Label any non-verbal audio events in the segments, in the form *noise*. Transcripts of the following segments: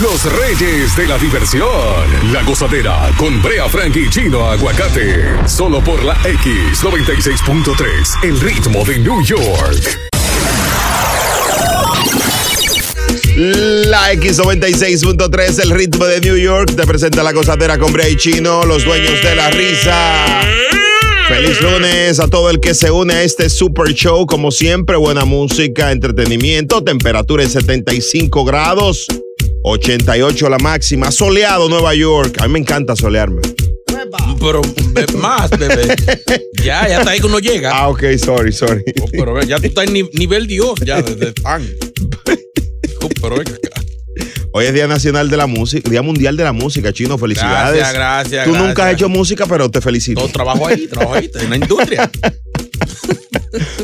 Los reyes de la diversión. La gozadera con Brea Frank y Chino Aguacate. Solo por la X96.3. El ritmo de New York. La X96.3, el ritmo de New York, te presenta la gozadera con Brea y Chino, los dueños de la risa. Feliz lunes a todo el que se une a este super show. Como siempre, buena música, entretenimiento, temperatura en 75 grados, 88 la máxima, soleado Nueva York. A mí me encanta solearme. Pero ve más, bebé. Ya, ya está ahí que uno llega. Oh, Ah, ok, sorry, sorry. Pero ve, ya tú estás en ni- nivel Dios, ya, desde tan. Oh, Pero ve acá. Hoy es Día Nacional de la Música, Día Mundial de la Música, chino. Felicidades. Gracias, gracias, Tú nunca gracias. has hecho música, pero te felicito. Todo trabajo ahí, trabajo ahí, en la industria.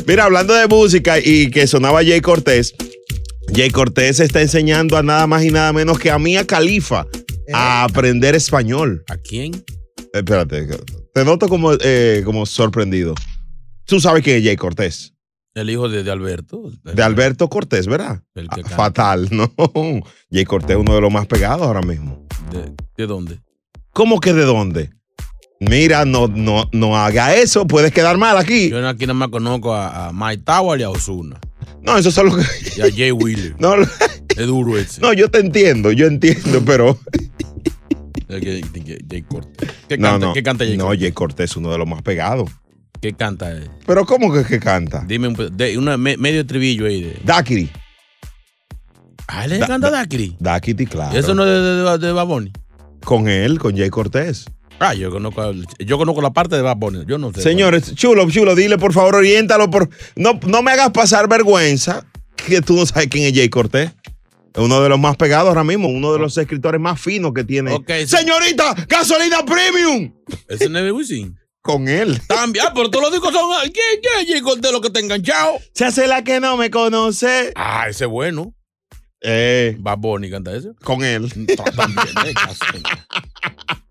Mira, hablando de música y que sonaba Jay Cortés, Jay Cortés está enseñando a nada más y nada menos que a Mía Califa a aprender español. ¿A quién? Espérate, te noto como, eh, como sorprendido. Tú sabes quién es Jay Cortés, El hijo de, de Alberto. de Alberto Cortés, ¿verdad? El que Ah, canta. Fatal, *laughs* ¿no? Jay Cortés es uno de los más pegados ahora mismo. ¿De, de dónde? ¿Cómo que de dónde? Mira, no, no, no haga eso, puedes quedar mal aquí. Yo aquí nada más conozco a, a Mike Tower y a Osuna. No, eso es algo que... Y a Jay Wheeler. No, *laughs* Es duro ese. no, yo te entiendo, yo entiendo, pero... El que- que- que- Jay Cortés. ¿Qué No, canta, no. ¿qué canta Jay No, Cortés? Jay Cortés es uno de los más pegados. ¿Qué canta él? Pero ¿cómo que, que canta? Dime un pe- de- una, me- medio estribillo ahí. De, Dakiri. ah, él Da- canta da- Dakiri. Dakiri, claro. Eso no es de, de, de, de Bad Bunny. Con él, con Jay Cortés. Ah, yo conozco, al- yo conozco la parte de Bad Bunny. Yo no sé. pues. Señores, chulo, chulo, dile por favor, oriéntalo. Por... No, no me hagas pasar vergüenza que tú no sabes quién es Jay Cortés. Es uno de los más pegados ahora mismo, uno de los escritores más finos que tiene. Ok, sí. Señorita, gasolina premium. Ese no es Wisin. Con él. También. Ah, pero todos los discos son. ¿Quién qué, Jay Cortés lo que te ha enganchado? Se hace la que no me conoce. Ah, ese es bueno. Eh, Bad Bunny canta ese. con él. También, eh, casi.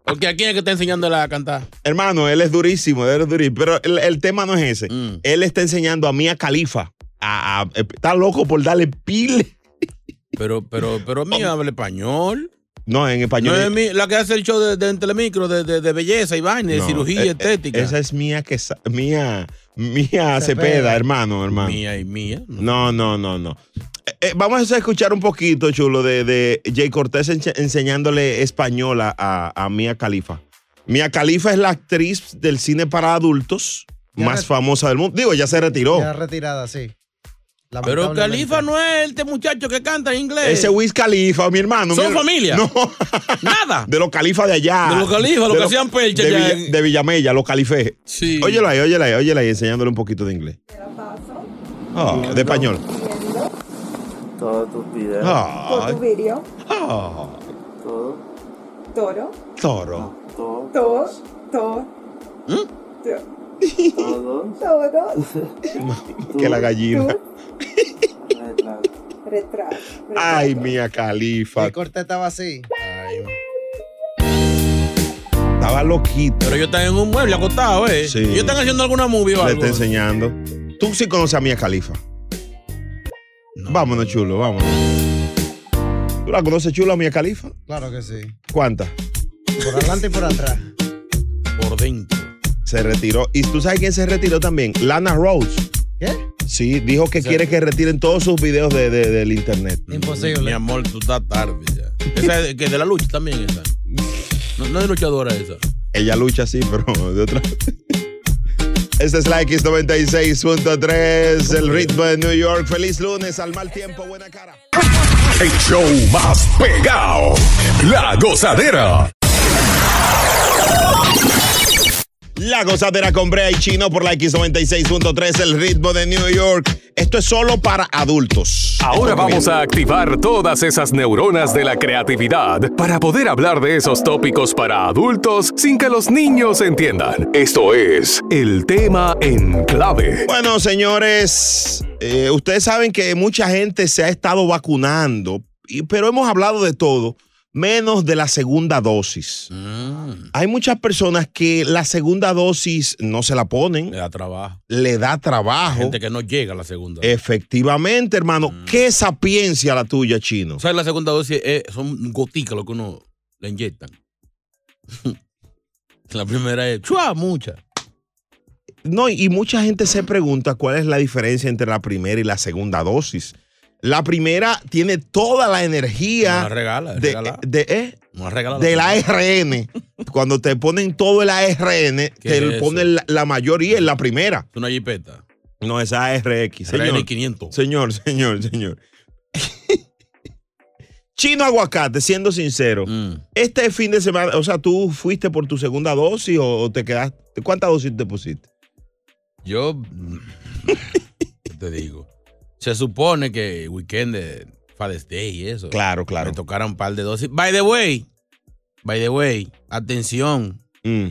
Porque a quién es que está enseñándole a cantar. Hermano, él es durísimo, él es durísimo. Pero el, el tema no es ese. Mm. Él está enseñando a Mía Califa. A, a- está loco por darle pile. Pero, pero, pero a mí habla español. No, en español. No es mi- la que hace el show de, de- en Telemicro de, de- de belleza y vaina, de no, cirugía eh, eh, estética. Esa es Mía que Mía, Mía Cepeda, hermano, hermano. mía y mía. ¿no? No, no, no, no. Eh, eh, vamos a escuchar un poquito, chulo, de, de Jay Cortés ense- enseñándole español a, a, a Mía Califa. Mía Califa es la actriz del cine para adultos Ya más re- famosa del mundo. Digo, ya se retiró. Ya retirada, sí. Pero Lamentablemente. Califa no es este muchacho que canta en inglés. Ese Wiz Califa, mi hermano. ¿Son mi- familia? No. *laughs* Nada. De los califas de allá. De los califas, los De que hacían percha De, allá Villa- en- de Villamella, los califes. Sí. Óyelo ahí, óyelo ahí, óyelo ahí, enseñándole un poquito de inglés. Ah, de español. Todos tus videos. Ah, Foto, video, ah, Todo, toro, toro. todo, *laughs* todo, todo, todos todo, *laughs* Que la gallina. retratos. retrato. Ay, retrato. mía califa. Jay Cortés estaba así. Ay, Estaba loquito. pero yo estaba en un mueble acostado, ¿eh? Sí. Yo están haciendo alguna movie o Le algo. está enseñando. Tú sí conoces a mía califa. No. Vámonos, chulo, vámonos. ¿Tú la conoces, chulo, a mía califa? Claro que sí. ¿Cuántas? Por adelante y por atrás. Por dentro. Se retiró. ¿Y tú sabes quién se retiró también? Lana Rose. ¿Qué? Sí, dijo que quiere que retiren todos sus videos de- de- del internet. Imposible. Mi amor, tú estás tarde ya. Esa es que de la lucha también esa. No, no es luchadora esa. Ella lucha sí, pero *laughs* de otra. Esta es la X96.3, el ritmo de New York. Feliz lunes, al mal tiempo, buena cara. El show más pegado. La gozadera. La gozadera con Brea y Chino por la X96.3, el ritmo de New York. Esto es solo para adultos. Ahora vamos a activar todas esas neuronas de la creatividad para poder hablar de esos tópicos para adultos sin que los niños entiendan. Esto es el tema en clave. Bueno, señores, eh, ustedes saben que mucha gente se ha estado vacunando, y- pero hemos hablado de todo. menos de la segunda dosis. Mm. Hay muchas personas que la segunda dosis no se la ponen, Le da trabajo. le da trabajo. Gente que no llega a la segunda. Efectivamente, hermano. Mm. Qué sapiencia la tuya, chino. O sea, la segunda dosis es- son goticas lo que uno le inyectan. *laughs* la primera es chua, mucha. No, y mucha gente se pregunta cuál es la diferencia entre la primera y la segunda dosis. La primera tiene toda la No la energía regala, es de, regalada. de- ¿eh? No la regala. del ARN. Cuando te ponen todo el ARN, te es eso? ponen la, la mayor y es la primera. Es una jipeta. No, es ARX. Señor. Señor, 500. señor, señor, señor. Chino aguacate, siendo sincero. Mm. Este fin de semana, o sea, tú fuiste por tu segunda dosis o, o te quedaste. ¿Cuántas dosis te pusiste? Yo mm, ¿qué te digo. Se supone que weekend de Father's Day y eso. Claro, Me tocaron un par de dosis. By the way, by the way, atención. Mm.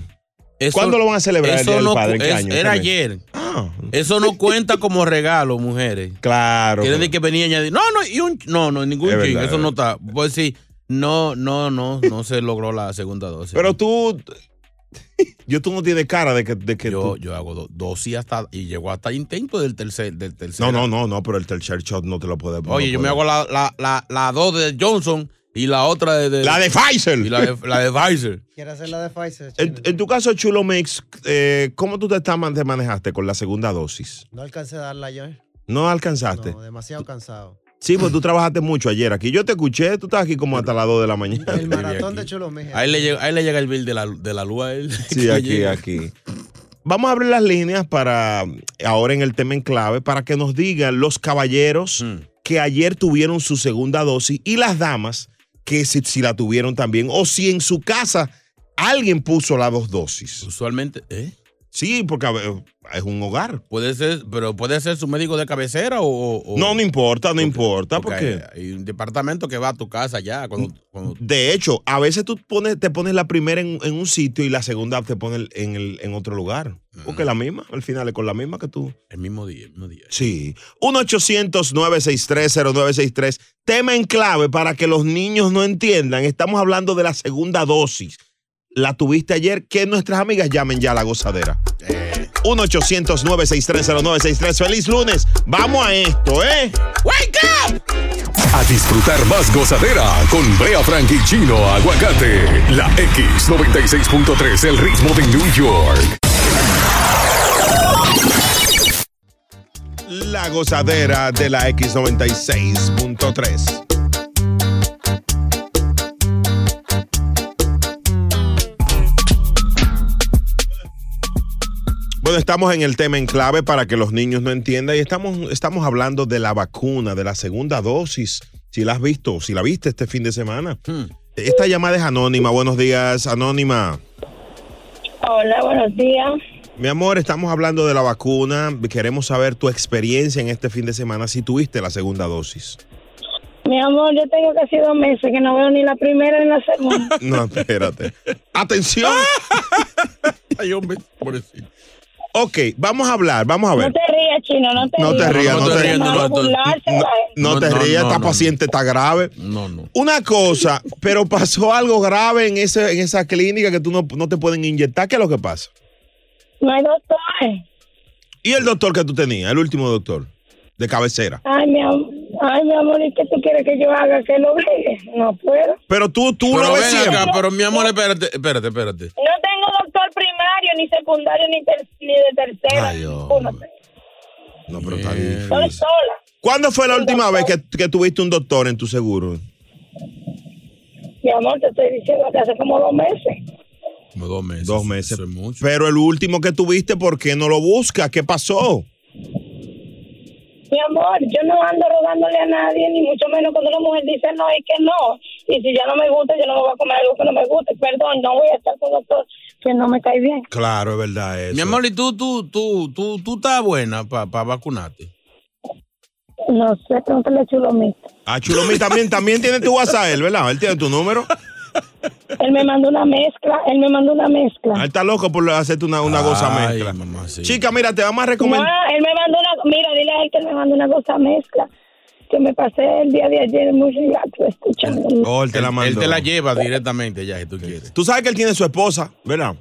Eso- ¿Cuándo lo van a celebrar el eso Día del no Padre? ¿En cu- qué es- año? ¿En qué Era mes? ayer. Ah, Eso no cuenta como regalo, mujeres. claro. Quieren decir que venía y añadir. No, no, y un, no, no, ningún Es ching. verdad, eso es no está. Pues sí, no, no, no, no se logró la segunda dosis. Pero tú. *laughs* Yo tú no tienes cara de que, de que yo, tú. yo hago do- dosis hasta, y llegó hasta intento del tercer, del tercer. No, no, no, no, pero el tercer shot no te lo puedes Oye, no yo me puedes. hago la, la, la, la dos de Johnson y la otra de. de- La de Pfizer. y la de, la de Pfizer. ¿Quieres hacer la de Pfizer? En, chino? en tu caso, Chulo Mix, eh, ¿cómo tú te, estás man- te manejaste con la segunda dosis? No alcancé a darla yo. ¿No alcanzaste? No, demasiado cansado. Sí, pues tú trabajaste mucho ayer aquí. Yo te escuché, tú estás aquí como hasta las 2 de la mañana. El maratón aquí. de Cholomé. Ahí le, llega, ahí le llega el bill de la, de la luz a él. *laughs* Sí, Que aquí, llega. aquí. Vamos a abrir las líneas para ahora en el tema en clave para que nos digan los caballeros Mm. que ayer tuvieron su segunda dosis y las damas que si, si la tuvieron también o si en su casa alguien puso las dos dosis. Usualmente, ¿eh? Sí, porque a ver, es un hogar. Puede ser, pero puede ser su médico de cabecera o. o- No, no importa, no Ok, importa, hay- porque Hay un departamento que va a tu casa ya. Cuando, cuando- de hecho, a veces tú pones, te pones la primera en, en un sitio y la segunda te pones en, el- en otro lugar. Porque la misma, al final es con la misma que tú. el mismo día, el mismo día. Sí. 1-800-963-0963. Tema en clave para que los niños no entiendan. Estamos hablando de la segunda dosis. La tuviste ayer. Que nuestras amigas llamen ya a la gozadera. Eh. 1-800-963-0963. Feliz lunes. Vamos a esto, ¿eh? ¡Wake up! A disfrutar más gozadera con Brea Frank y Chino Aguacate. La X96.3, el ritmo de New York. La gozadera de la X96.3. Bueno, estamos en el tema en clave para que los niños no entiendan y estamos, estamos hablando de la vacuna, de la segunda dosis. Si la has visto, si la viste este fin de semana. Hmm. Esta llamada es anónima. Buenos días, anónima. Hola, buenos días. Mi amor, estamos hablando de la vacuna. Queremos saber tu experiencia en este fin de semana, si tuviste la segunda dosis. Mi amor, yo tengo casi dos meses que no veo ni la primera ni la segunda. *laughs* No, espérate. ¡Atención! Ay, hombre, pobrecito. Ok, vamos a hablar, vamos *laughs* a no ver. te rías, chino, no te No te rías. rías, no te rías, no, no, Para burlarse, No, la- no te No, no, rías, no, esta no. paciente está grave. No, no. Una cosa, pero pasó algo grave en, ese, en esa clínica que tú no, no te pueden inyectar. ¿Qué es lo que pasa? No hay doctor. ¿Y el doctor que tú tenías, el último doctor de cabecera? Ay, mi amor, ay, mi amor, ¿y qué tú quieres que yo haga? ¿Que lo obligue? No puedo. Pero tú, tú Pero lo ves ven siempre. acá, pero mi amor, espérate, espérate, espérate. No tengo doctor primario, ni secundario, ni, ter- ni de tercera. Ay, Ninguno. hombre. No, pero está Bien. difícil. Estoy sola. ¿Cuándo fue la última vez que, que tuviste un doctor en tu seguro? Mi amor, te estoy diciendo que hace como dos meses. Como dos meses. Dos meses. Eso es mucho. Pero el último que tuviste, ¿por qué no lo buscas? ¿Qué pasó? Mi amor, yo no ando rogándole a nadie, ni mucho menos cuando una mujer dice no, es que no. Y si ya no me gusta, yo no me voy a comer algo que no me guste. Perdón, no voy a estar con doctor que no me cae bien. Claro, es verdad eso. Mi amor, y tú, tú, tú, tú, tú estás buena para vacunarte. No sé, pregúntale a Chulomito. Ah, Chulomi *laughs* también, también tiene tu WhatsApp, él, ¿verdad? Él tiene tu número. Él me mandó una mezcla, él me mandó una mezcla. Ah, Él está loco por hacerte una, una goza Ay, mezcla. mamá, sí. Chica, mira, te vamos a No, recomendar. él me mandó una, mira, dile a él que él me mandó una cosa mezcla. que me pasé el día de ayer muy relax escuchando. Oh, él te la Él- mandó. Él te la lleva directamente ya, si tú quieres. Tú sabes que él tiene su esposa, ¿verdad?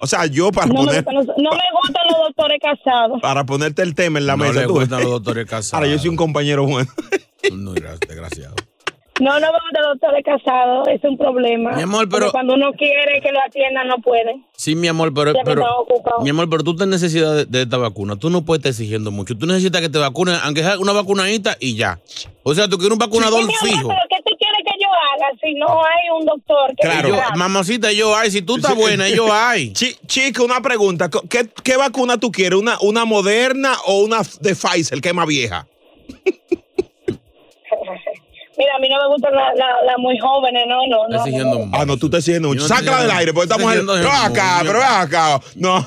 O sea, yo para, No me, poner, gustan los, no me gustan los doctores casados. para ponerte el tema en la no mesa. le tú ves. gustan los doctores casados. Ahora, yo soy un compañero bueno. No, gra- desgraciado. No, no me gustan los doctores casados. Es un problema. Mi amor, pero- Porque cuando uno quiere que lo atiendan, no pueden. Sí, mi amor, pero, Ya me pero- estaba ocupado. mi amor, pero tú tienes necesidad de, de esta vacuna. Tú no puedes estar exigiendo mucho. Tú necesitas que te vacunen, aunque sea una vacunadita y ya. O sea, tú quieres un vacunador Sí, mi amor, fijo. ¿Pero qué tú quieres que yo haga si no Ah. hay un doctor que Y me yo, trate? mamacita, yo hay. Si tú estás buena, yo hay. *laughs* Chi- chica, una pregunta. Co- ¿Qué, qué vacuna tú quieres? ¿Una, ¿Una moderna o una f- de Pfizer, que es más vieja? Mira, a mí no me gustan las la, la muy jóvenes, no, no, no. Estás exigiendo no. mucho. Ah, no, tú estás diciendo mucho. Yo no estoy Sácala del diciendo- aire, porque estoy estamos en. diciendo Pero ven acá, mucho. pero ven acá. No.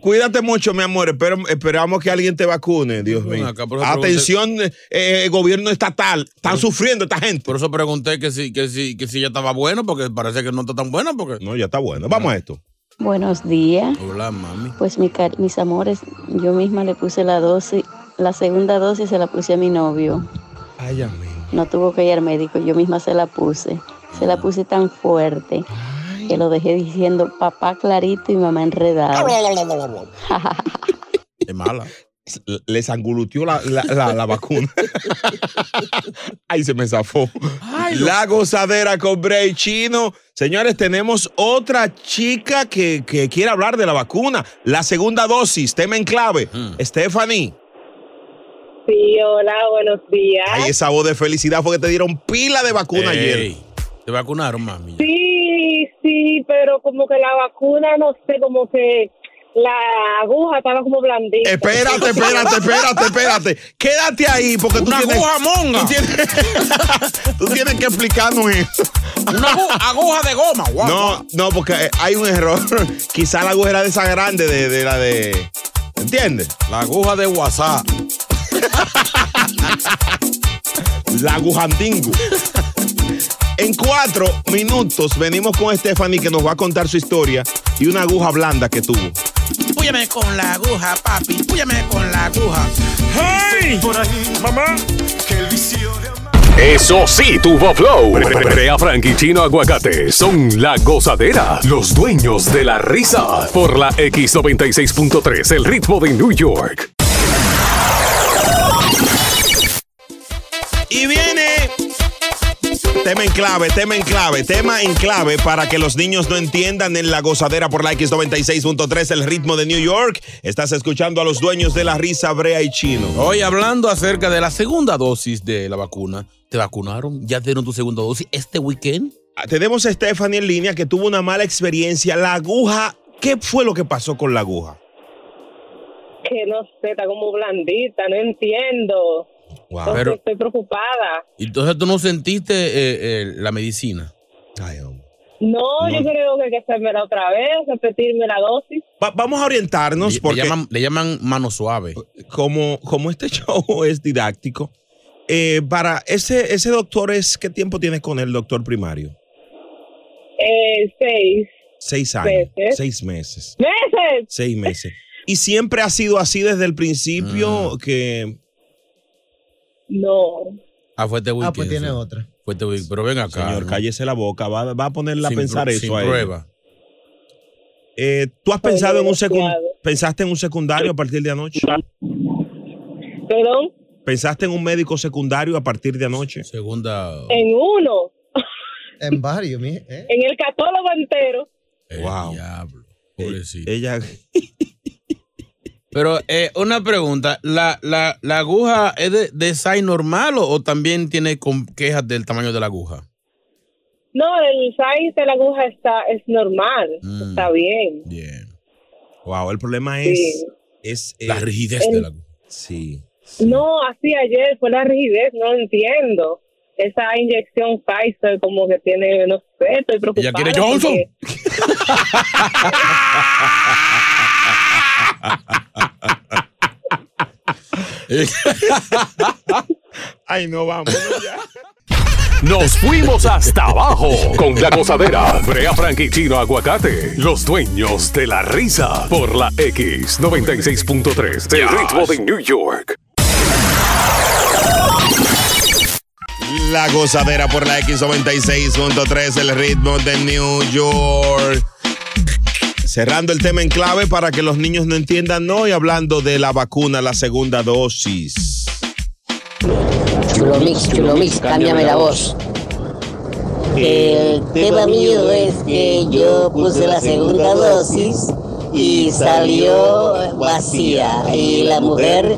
*laughs* Cuídate mucho, mi amor. Espero- esperamos que alguien te vacune, Dios Ven mío. acá, por favor, Atención, eh, eh, gobierno estatal. Están sufriendo esta gente. Por eso pregunté que si, que si, que si ya estaba bueno, porque parece que no está tan buena, porque. No, ya está bueno. Vamos a esto. Buenos días. Hola, mami. Pues mi cari- mis amores, yo misma le puse la dosis, la segunda dosis se la puse a mi novio. Ay, amigo. No tuvo que ir al médico, yo misma se la puse. Se la puse tan fuerte que lo dejé diciendo papá clarito y mamá enredado. Es mala. Les anguluteó la, la- la- la vacuna. Ay, se me zafó. la gozadera con Bray Chino. Señores, tenemos otra chica que, que quiere hablar de la vacuna. La segunda dosis, tema en clave. Mm. Stephanie. Sí, hola, buenos días. Ay, esa voz de felicidad fue que te dieron pila de vacuna ayer. Ey, Te vacunaron, mami. Sí, sí, pero como que la vacuna, no sé, como que la aguja estaba como blandita. Espérate, espérate, espérate, espérate. Quédate ahí porque tú Una tienes, aguja monga. tú tienes, *laughs* tú tienes que explicarnos eso. Una agu- aguja de goma. guau, guau. No, no, porque eh, hay un error. *laughs* Quizá la aguja era de esa grande, de, de la de. ¿Entiendes? La aguja de WhatsApp. *laughs* La agujantingo. En cuatro minutos venimos con Stephanie que nos va a contar su historia y una aguja blanda que tuvo. Púyame con la aguja, papi. Púyame con la aguja. Eso sí, tuvo flow. Brea Frank y Chino Aguacate son la gozadera, los dueños de la risa. Por la X96.3, el ritmo de New York. Y viene. Tema en clave, tema en clave, tema en clave para que los niños no entiendan en la gozadera por la X96.3, el ritmo de New York. Estás escuchando a los dueños de la risa, Brea y Chino. Hoy hablando acerca de la segunda dosis de la vacuna. ¿Te vacunaron? ¿Ya te dieron tu segunda dosis este weekend? Ah, Tenemos a Stephanie en línea que tuvo una mala experiencia. La aguja, ¿qué fue lo que pasó con la aguja? Que no sé, está como blandita, no entiendo. Wow. Entonces pero- estoy preocupada. Entonces tú no sentiste eh, eh, la medicina. Ay, hombre. No, yo creo que hay que hacérmela otra vez, repetirme la dosis. Va- vamos a orientarnos Le- porque le, llaman, le llaman mano suave. como, como este show es didáctico, eh, para ese, ese doctor es, ¿qué tiempo tienes con el doctor primario? Eh, seis Seis años, Meses. seis meses, meses. seis meses. Y siempre ha sido así desde el principio que... No, Ah, fue este weekend. Ah, pues tiene sí. otra. Fue este weekend. Pero ven acá. Señor, ¿no? cállese la boca, va, va a ponerla Sin a pensar pru- eso sin a ella. prueba. Eh, ¿Tú has pensado en un secundario? demasiado. ¿Pensaste en un secundario a partir de anoche? perdón, ¿Pensaste en un médico secundario a partir de anoche? Segunda. en uno, En varios, mi- ¿eh? en el católogo entero. El Wow. E-, Diablo. Pobrecito. Ella, Pero eh, una pregunta, ¿la, la, la aguja es de, de size normal o, o también tiene com- quejas del tamaño de la aguja? No, el size de la aguja está es normal, Mm. está bien. Bien. wow, el problema Sí. es, es eh, La rigidez de la aguja. sí. No, así ayer fue la rigidez, no entiendo. Esa inyección Pfizer como que tiene, no sé, estoy preocupada. ¿Ella quiere Johnson? porque- *laughs* *laughs* Ay, no vamos. Nos fuimos hasta abajo con la gozadera. Brea Frank y Chino Aguacate, los dueños de la risa. Por la X96.3, el ritmo de New York. La gozadera por la X96.3, el ritmo de New York. Cerrando el tema en clave para que los niños no entiendan hoy hablando de la vacuna, la segunda dosis. Chulomix, Chulomix, cámbiame la voz. El tema mío es que yo puse la segunda dosis y salió vacía y la mujer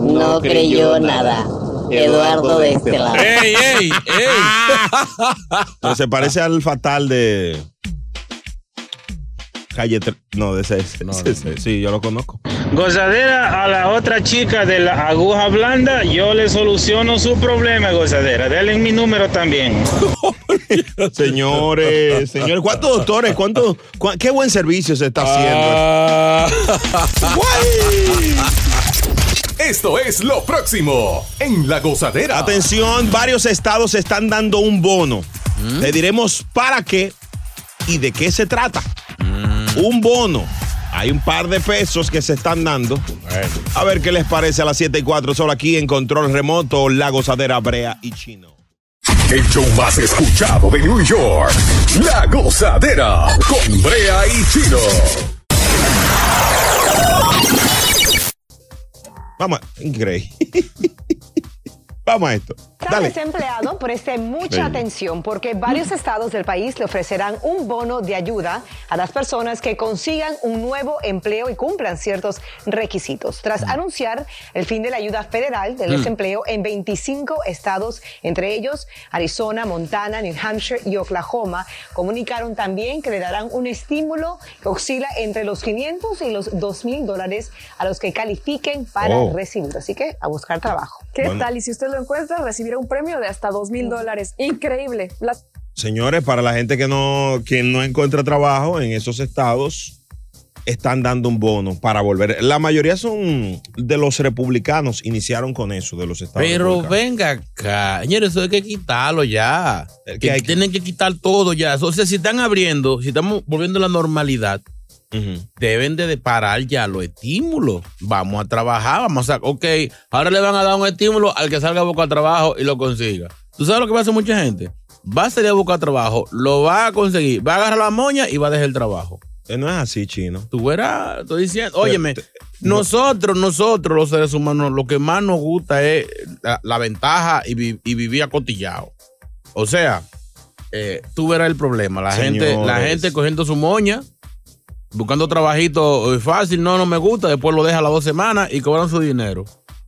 no creyó nada. Eduardo de este lado. ¡Ey, ey, ey! Pero se parece al fatal de. Calle tre- No, de ese. ese- ese- ese- Sí, yo lo conozco. Gozadera, a la otra chica de la aguja blanda, yo le soluciono su problema, gozadera. Denle mi número *laughs* también. Señores, señores, ¿cuántos doctores? ¿Cuántos? cua- ¿Qué buen servicio se está haciendo? Ah. *laughs* Esto es lo próximo en La Gozadera. Atención, varios estados están dando un bono. Le diremos para qué y de qué se trata. Un bono. Hay un par de pesos que se están dando. Bueno. A ver qué les parece a las 7 y 4, solo aquí en Control Remoto, La Gozadera, Brea y Chino. El show más escuchado de New York. La Gozadera. Con Brea y Chino. Vamos, a- increíble. *laughs* Vamos a esto. Dale. desempleado, preste mucha Sí. atención porque varios estados del país le ofrecerán un bono de ayuda a las personas que consigan un nuevo empleo y cumplan ciertos requisitos. Tras Mm. anunciar el fin de la ayuda federal del desempleo en 25 estados, entre ellos Arizona, Montana, New Hampshire y Oklahoma, comunicaron también que le darán un estímulo que oscila entre los 500 y los 2 mil dólares a los que califiquen para Oh. recibir. Así que a buscar trabajo. ¿Qué Bueno. tal? Y si usted lo encuentra, recibirá un premio de hasta dos mil dólares. Increíble. Las Señores, para la gente que no, que no encuentra trabajo en esos estados, están dando un bono para volver. La mayoría son de los republicanos, iniciaron con eso, de los estados. Pero republicanos. venga acá, señores, eso hay que quitarlo ya. ¿El qué Que hay que- tienen que quitar todo ya. O sea, si están abriendo, si estamos volviendo a la normalidad, Ujú. deben de parar ya los estímulos. Vamos a trabajar, vamos a... Ok, ahora le van a dar un estímulo al que salga a buscar trabajo y lo consiga. ¿Tú sabes lo que va a hacer mucha gente? Va a salir a buscar trabajo, lo va a conseguir, va a agarrar la moña y va a dejar el trabajo. Eh, No es así, chino. Tú verás, estoy diciendo, óyeme, te- nosotros, nosotros los seres humanos, lo que más nos gusta es la, la ventaja y, vi- y vivir acotillado. O sea, eh, tú verás el problema. La gente, la Señores. gente cogiendo su moña, buscando trabajito eh, fácil, no, no me gusta, después lo deja las dos semanas y cobran su dinero.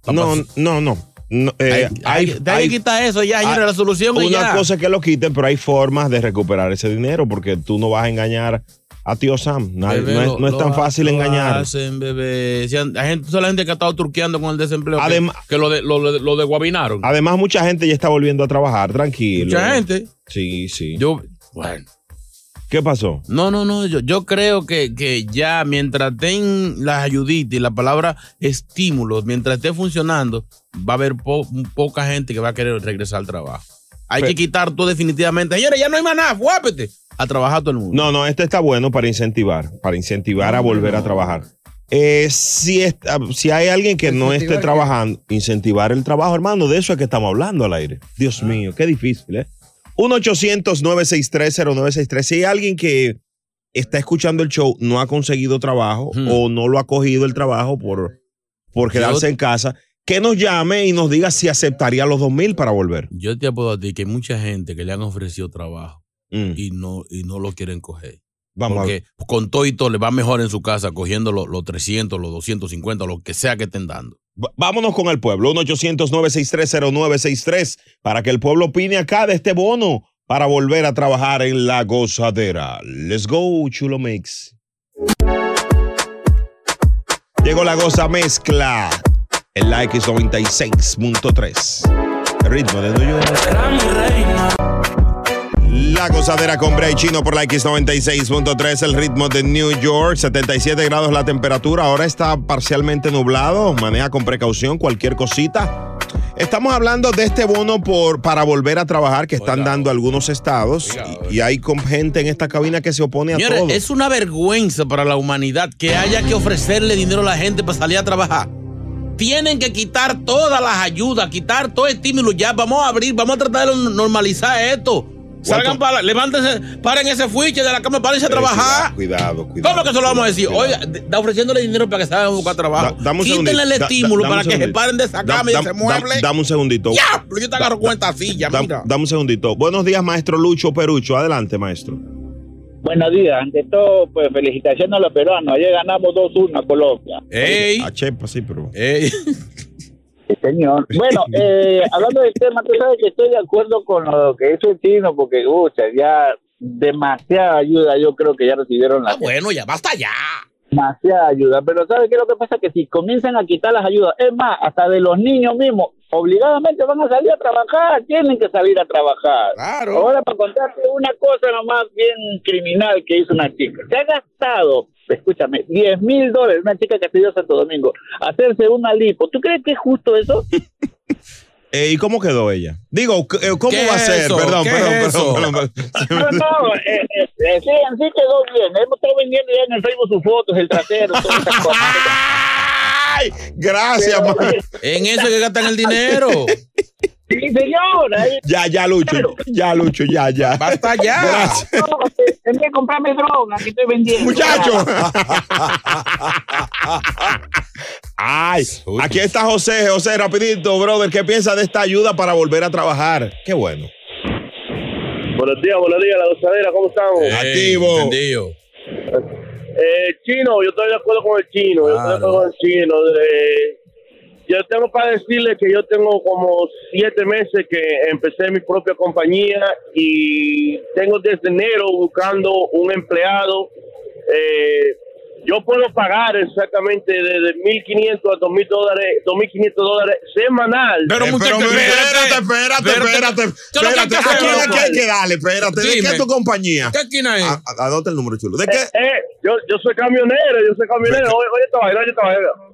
No, Papá, no, no. No, hay, eh, hay- hay- hay hay- que quitar eso ya, señora, hay- la solución es Ah, Una ya. cosa es que lo quiten, pero hay formas de recuperar ese dinero porque tú no vas a engañar a tío Sam. Nadie- Bebé, no es, lo- no es lo tan ha- fácil lo engañar. hacen, bebé. Si han- la gente, toda la gente que ha estado turqueando con el desempleo. que- Además- que, lo, de, lo, lo- lo desguabinaron. Además, mucha gente ya está volviendo a trabajar, tranquilo. Mucha gente. Sí, sí. Yo, bueno. ¿Qué pasó? No, no, no. Yo, yo creo que, que ya mientras estén las ayuditas y la palabra estímulos, mientras esté funcionando, va a haber po- poca gente que va a querer regresar al trabajo. Hay Pe- que quitar todo definitivamente. Señores, ya no hay más nada. Guápete. A trabajar todo el mundo. No, no, este está bueno para incentivar, para incentivar a volver a trabajar. Eh, si, es- ah, si hay alguien que no esté ¿Incentivar qué? trabajando, incentivar el trabajo, hermano, de eso es que estamos hablando al aire. Dios Ah. mío, qué difícil, ¿eh? 1-800-963-0963. Si hay alguien que está escuchando el show, no ha conseguido trabajo Hmm. o no lo ha cogido el trabajo por, por quedarse en casa, que nos llame y nos diga si aceptaría los 2000 para volver. Yo te apuesto a ti que hay mucha gente que le han ofrecido trabajo Mm, y no, y no lo quieren coger. Vamos a ver. Porque con todo y todo le va mejor en su casa cogiendo los, los 300, los 250, lo que sea que estén dando. Va- Vámonos con el pueblo. 1-800-963-0963 para que el pueblo opine acá de este bono para volver a trabajar en la gozadera. Let's go, Chulo Mix. Llegó la goza mezcla. El like es 96.3. Ritmo de New York. La gozadera con Bray Chino por la X96.3, el ritmo de New York, 77 grados la temperatura, ahora está parcialmente nublado, maneja con precaución cualquier cosita. Estamos hablando de este bono por, para volver a trabajar que están Oiga, dando algunos estados oiga, y- y, hay con gente en esta cabina que se opone a eh. Señores, todo. es una vergüenza para la humanidad que haya que ofrecerle dinero a la gente para salir a trabajar. Tienen que quitar todas las ayudas, quitar todo el estímulo. Ya vamos a abrir, vamos a tratar de normalizar esto. Salgan para, levántense, paren ese fuiche de la cama, párense a trabajar. Cuidado, cuidado. ¿Cómo que se lo vamos a decir? Oiga, da ofreciéndole dinero para que salgan a buscar trabajo. Da- dame un Quítenle el segundito. Da- estímulo da- dame para un que se segundito. paren de esa Da- cama y de da- ese da- mueble. Dame un segundito. ¡Diablo! Yo te agarro con esta silla, Da- mira. dame un segundito. Buenos días, maestro Lucho Perucho. Adelante, maestro. Buenos días, ante todo, pues felicitaciones a los peruanos. Ayer ganamos 2-1 a Colombia. ¡Ey! A Chepa, sí, pero. Sí, *laughs* señor. Bueno, eh, hablando del tema, tú sabes que estoy de acuerdo con lo que hizo el chino, porque, ucha, ya demasiada ayuda, yo creo que ya recibieron la. Ah, bueno, ya basta ya. Demasiada ayuda, pero ¿sabes qué es lo que pasa? Que si comienzan a quitar las ayudas, es más, hasta de los niños mismos, obligadamente van a salir a trabajar, tienen que salir a trabajar. Claro. Ahora, para contarte una cosa nomás bien criminal que hizo una chica, se ha gastado, escúchame, 10 mil dólares, una chica que pidió Santo Domingo, hacerse una lipo. ¿Tú crees que es justo *laughs* eso? Eh, ¿Y cómo quedó ella? Digo, c- eh, ¿cómo ¿Qué va a es ser? eso? Perdón, ¿Qué perdón, es perdón, eso? perdón, perdón. No, no, eh, eh, eh, sí, en sí quedó bien. Hemos estado vendiendo ya en el Facebook sus fotos, el trasero, todas esas cosas. *laughs* ¡Ay! Gracias, man. En eso que gastan el dinero. *laughs* Sí, señor. ahí- Ya, ya, Lucho. Ya, Lucho, ya, ya. Basta ya. Gracias. No, eh, en vez de comprarme droga que estoy vendiendo. Muchacho. Ay, aquí está José. José, rapidito, brother. ¿Qué piensa de esta ayuda para volver a trabajar? Qué bueno. Buenos días, buenos días, la gozadera, ¿cómo estamos? Activo. Eh, chino, yo estoy de acuerdo con el chino, yo estoy de acuerdo con el chino. eh, yo tengo para decirle que yo tengo como siete meses que empecé mi propia compañía y tengo desde enero buscando un empleado. Eh, yo puedo pagar exactamente desde 1.500 a 2.000 dólares, 2.500 dólares semanal. Eh, Pero muchachos, espérate, espérate, espérate, espérate. espérate. Aquí Espérate. hay que- hay que darle, espérate. ¿De qué Dime. es tu compañía? Ah, ¿Qué esquina es? A- a- Anota el número chulo. ¿De qué? Eh, eh, yo, yo soy camionero, yo soy camionero. Oye, oye, esta vaina, oye, esta vaina.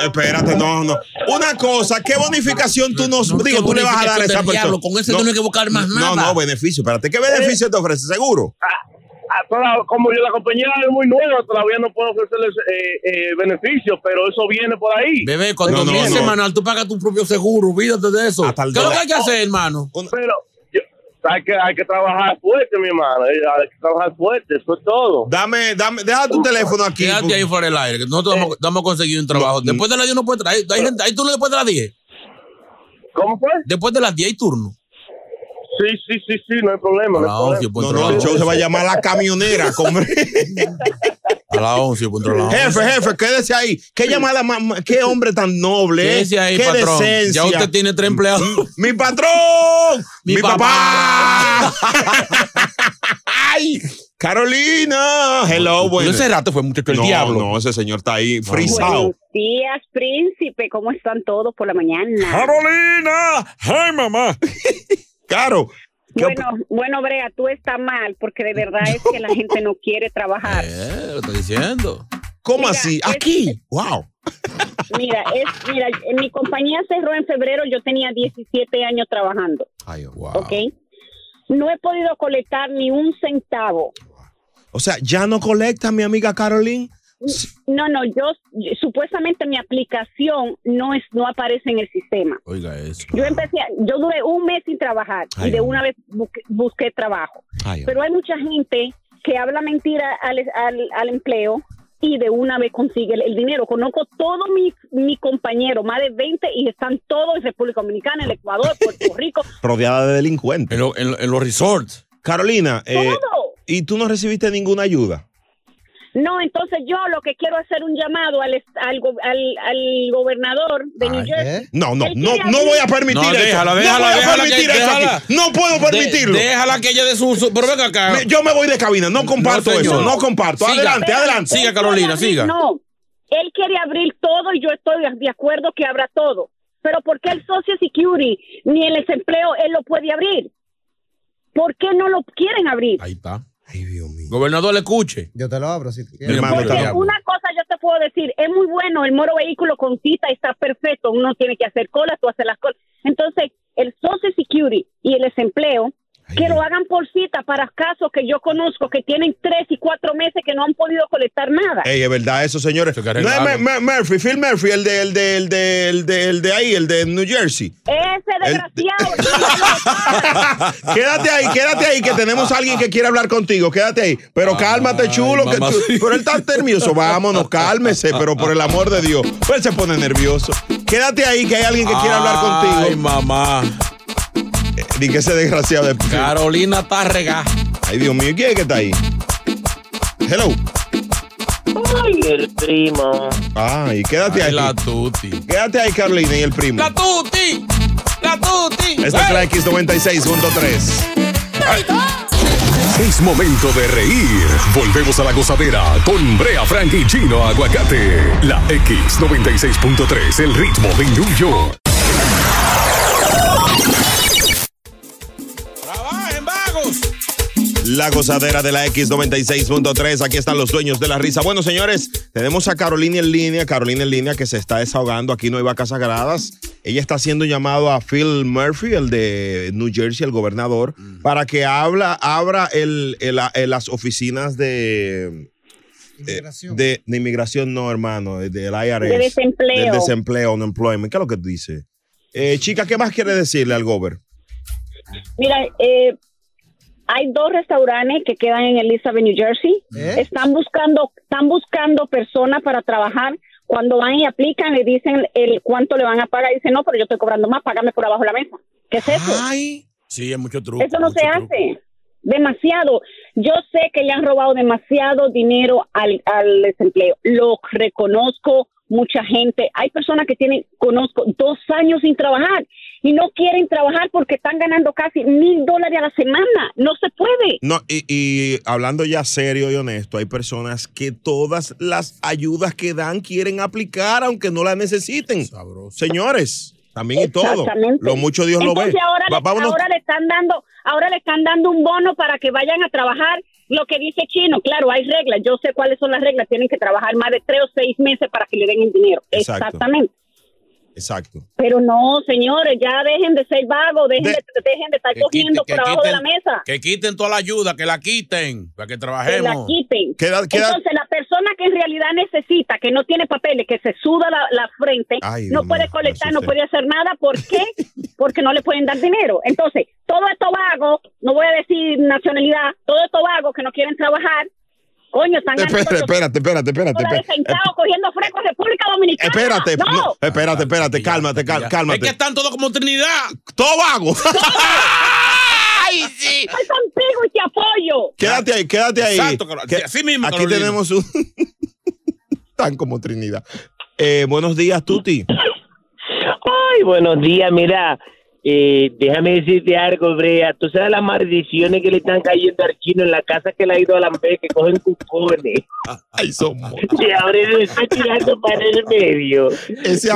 Espérate, no, no. Una cosa, ¿qué bonificación tú nos digo, tú le vas a dar a bonificación esa del persona? diablo, con ese tú no hay que buscar más No, nada. Eh. no, beneficio, espérate. ¿Qué beneficio te ofrece? ¿Seguro? Ah, toda- como yo, la compañía es muy nueva, todavía no puedo ofrecerles eh, eh, beneficios, pero eso viene por ahí. Bebé, cuando No, no, mil no. semanal, tú pagas tu propio seguro, olvídate de eso. ¿Qué es lo que hay que hacer, hermano? Oh. Pero yo- hay, que, hay que trabajar fuerte, mi hermano. eh, Hay que trabajar fuerte, eso es todo. Dame, dame, deja tu teléfono aquí. Quédate ahí fuera del aire, que nosotros Eh. vamos, vamos a conseguir un trabajo. Después de las 10 no puedes traer. Hay gente, ahí turno después de las 10. ¿Cómo fue? Después de las 10 hay turno. Sí, sí, sí, sí, no hay problema. A las 11 pues, No, no, el show se va a llamar La *laughs* Camionera, hombre. A las 11 pues, entra a las 11. Jefe, jefe, quédese ahí. Qué llamada más, más- qué hombre tan noble. ¿eh? Quédese ahí, qué patrón. decencia. Ya usted tiene tres empleados. Mi patrón, mi, papá. *laughs* Ay, Carolina, hello, bueno. ese rato fue muchacho el no, diablo. No, ese señor está ahí, frisado. Buenos días, príncipe. ¿Cómo están todos por la mañana? Carolina, *laughs* ay mamá. Caro, ¿qué op- Bueno, bueno, Brea, tú estás mal porque de verdad es que *laughs* la gente no quiere trabajar. Eh, lo estoy diciendo. ¿cómo así? Aquí, wow. Mira, es, mira, en mi compañía cerró en febrero, yo tenía 17 años trabajando, Ay, wow. ¿ok? No he podido colectar ni un centavo. O sea, ya no colecta mi amiga Carolina. No, no, yo supuestamente mi aplicación no es no aparece en el sistema. Oiga eso. Yo empecé, a- yo duré un mes sin trabajar Ay, y de una vez busqué, busqué trabajo. Ay, Pero hay mucha gente que habla mentira al, al- al empleo y de una vez consigue el, el dinero. Conozco todos mis mi compañeros, más de 20, y están todos en República Dominicana, en *laughs* Ecuador, Puerto Rico. Rodeada de delincuentes. En, los resorts. Carolina, eh, Todo. ¿y tú no recibiste ninguna ayuda? No, entonces yo lo que quiero hacer un llamado al, est- al, go- al- al gobernador de ¿eh? New Jersey. No, no, Él no, quiere no abrir- voy a permitir No, eso. déjala, déjala, no voy a déjala que- permitir eso déjala. aquí. No puedo permitirlo. De- déjala que ella de su, su- Pero venga acá. Me- Yo me voy de cabina, no comparto señor. eso, no comparto. Siga. adelante, adelante. Siga, Carolina, siga. No, él quiere abrir todo y yo estoy de acuerdo que abra todo. Pero ¿por qué el Social Security ni el desempleo él lo puede abrir? ¿Por qué no lo quieren abrir? Ahí está. Gobernador, le escuche. Yo te lo abro si tú Mi quieres. hermano, Porque está bien. una cosa yo te puedo decir, es muy bueno, el moro vehículo con cita está perfecto, uno tiene que hacer cola, tú haces las colas. Entonces, el Social Security y el desempleo que lo hagan por cita para casos que yo conozco que tienen tres y cuatro meses que no han podido colectar nada. Ey, es verdad eso, señores. No es arreglarlo. Mur- Mur- Murphy, Phil Murphy, el de, el de, el de, el de, el de ahí, el de New Jersey. Ese desgraciado. *laughs* Quédate ahí, quédate ahí, que tenemos a alguien que quiere hablar contigo. Quédate ahí. Pero cálmate, chulo. que tú- pero él está nervioso. Vámonos, cálmese, pero por el amor de Dios. Él se pone nervioso. Quédate ahí, que hay alguien que quiere hablar contigo. Ay, mamá. Ni que ese desgraciado de Carolina Tárrega. Ay, Dios mío, ¿quién es que está ahí? Hello. Ay, el primo. Ay, quédate ahí. La tuti. Quédate ahí, Carolina, y el primo. La tuti. La tuti. Esta es la X96.3. Es momento de reír. Volvemos a la gozadera con Brea Frank y Chino Aguacate. La X96.3, el ritmo de New York. La gozadera de la X96.3. Aquí están los dueños de la risa. Bueno, señores, tenemos a Carolina en línea. Carolina en línea que se está desahogando. Aquí no hay vacas sagradas. Ella está haciendo un llamado a Phil Murphy, el de New Jersey, el gobernador, para que habla, abra el- el- el- las oficinas de. eh, De, de inmigración, no, hermano, del IRS. De desempleo. Del desempleo, unemployment. ¿Qué es lo que dice? Eh, chica, ¿qué más quiere decirle al gober? Mira, eh, hay dos restaurantes que quedan en Elizabeth, New Jersey. Están buscando, están buscando personas para trabajar. Cuando van y aplican, le dicen el cuánto le van a pagar. Dicen, no, pero yo estoy cobrando más, págame por abajo de la mesa. ¿Qué es eso? Sí, es mucho truco. Eso no se hace. Demasiado. Yo sé que le han robado demasiado dinero al, al desempleo. Lo reconozco mucha gente. Hay personas que tienen, conozco, dos años sin trabajar y no quieren trabajar porque están ganando casi mil dólares a la semana. No se puede. No, y, y hablando ya serio y honesto, hay personas que todas las ayudas que dan quieren aplicar aunque no las necesiten. Señores, también y todo. Exactamente. Lo mucho Dios lo Entonces ve. Ahora, Va- le- vámonos. ahora le están dando, ahora le están dando un bono para que vayan a trabajar. Lo que dice Chino, claro, hay reglas. Yo sé cuáles son las reglas. Tienen que trabajar más de tres o seis meses para que le den el dinero. Exacto. Exactamente. Exacto. Pero no, señores, ya dejen de ser vagos, dejen de, dejen de estar cogiendo por abajo de la mesa. que quiten toda la ayuda, que la quiten, para que Que la trabajemos. quiten. Queda- queda- Entonces, la persona que en realidad necesita, que no tiene papeles, que se suda la, la frente, Ay, no Dios puede mío, colectar, me no asusté. puede hacer nada. ¿Por *laughs* qué? Porque no le pueden dar dinero. Entonces, todo esto vago, no voy a decir nacionalidad, todo esto vago que no quieren trabajar, coño, están ganando Espérate, espérate, espérate, espérate. dólares espérate. centavos cogiendo fresco en República Dominicana. Eh, Espérate, no. no, espérate, espérate, cálmate, cal- Es que cálmate. están todos como Trinidad. Todo vago. *laughs* ¡Ay, sí! Estoy contigo y te apoyo. Quédate ahí, quédate ahí. Exacto, Carol- Que- así mismo, Aquí Carolina. tenemos un. *laughs* Tan como Trinidad. Eh, buenos días, Tuti. Ay, buenos días, mira. eh, déjame decirte algo, Brea. Tú sabes las maldiciones que le están cayendo al chino en la casa que le ha ido a la que cogen cupones. *laughs* Ay, son *laughs* Y ahora se está tirando para el medio.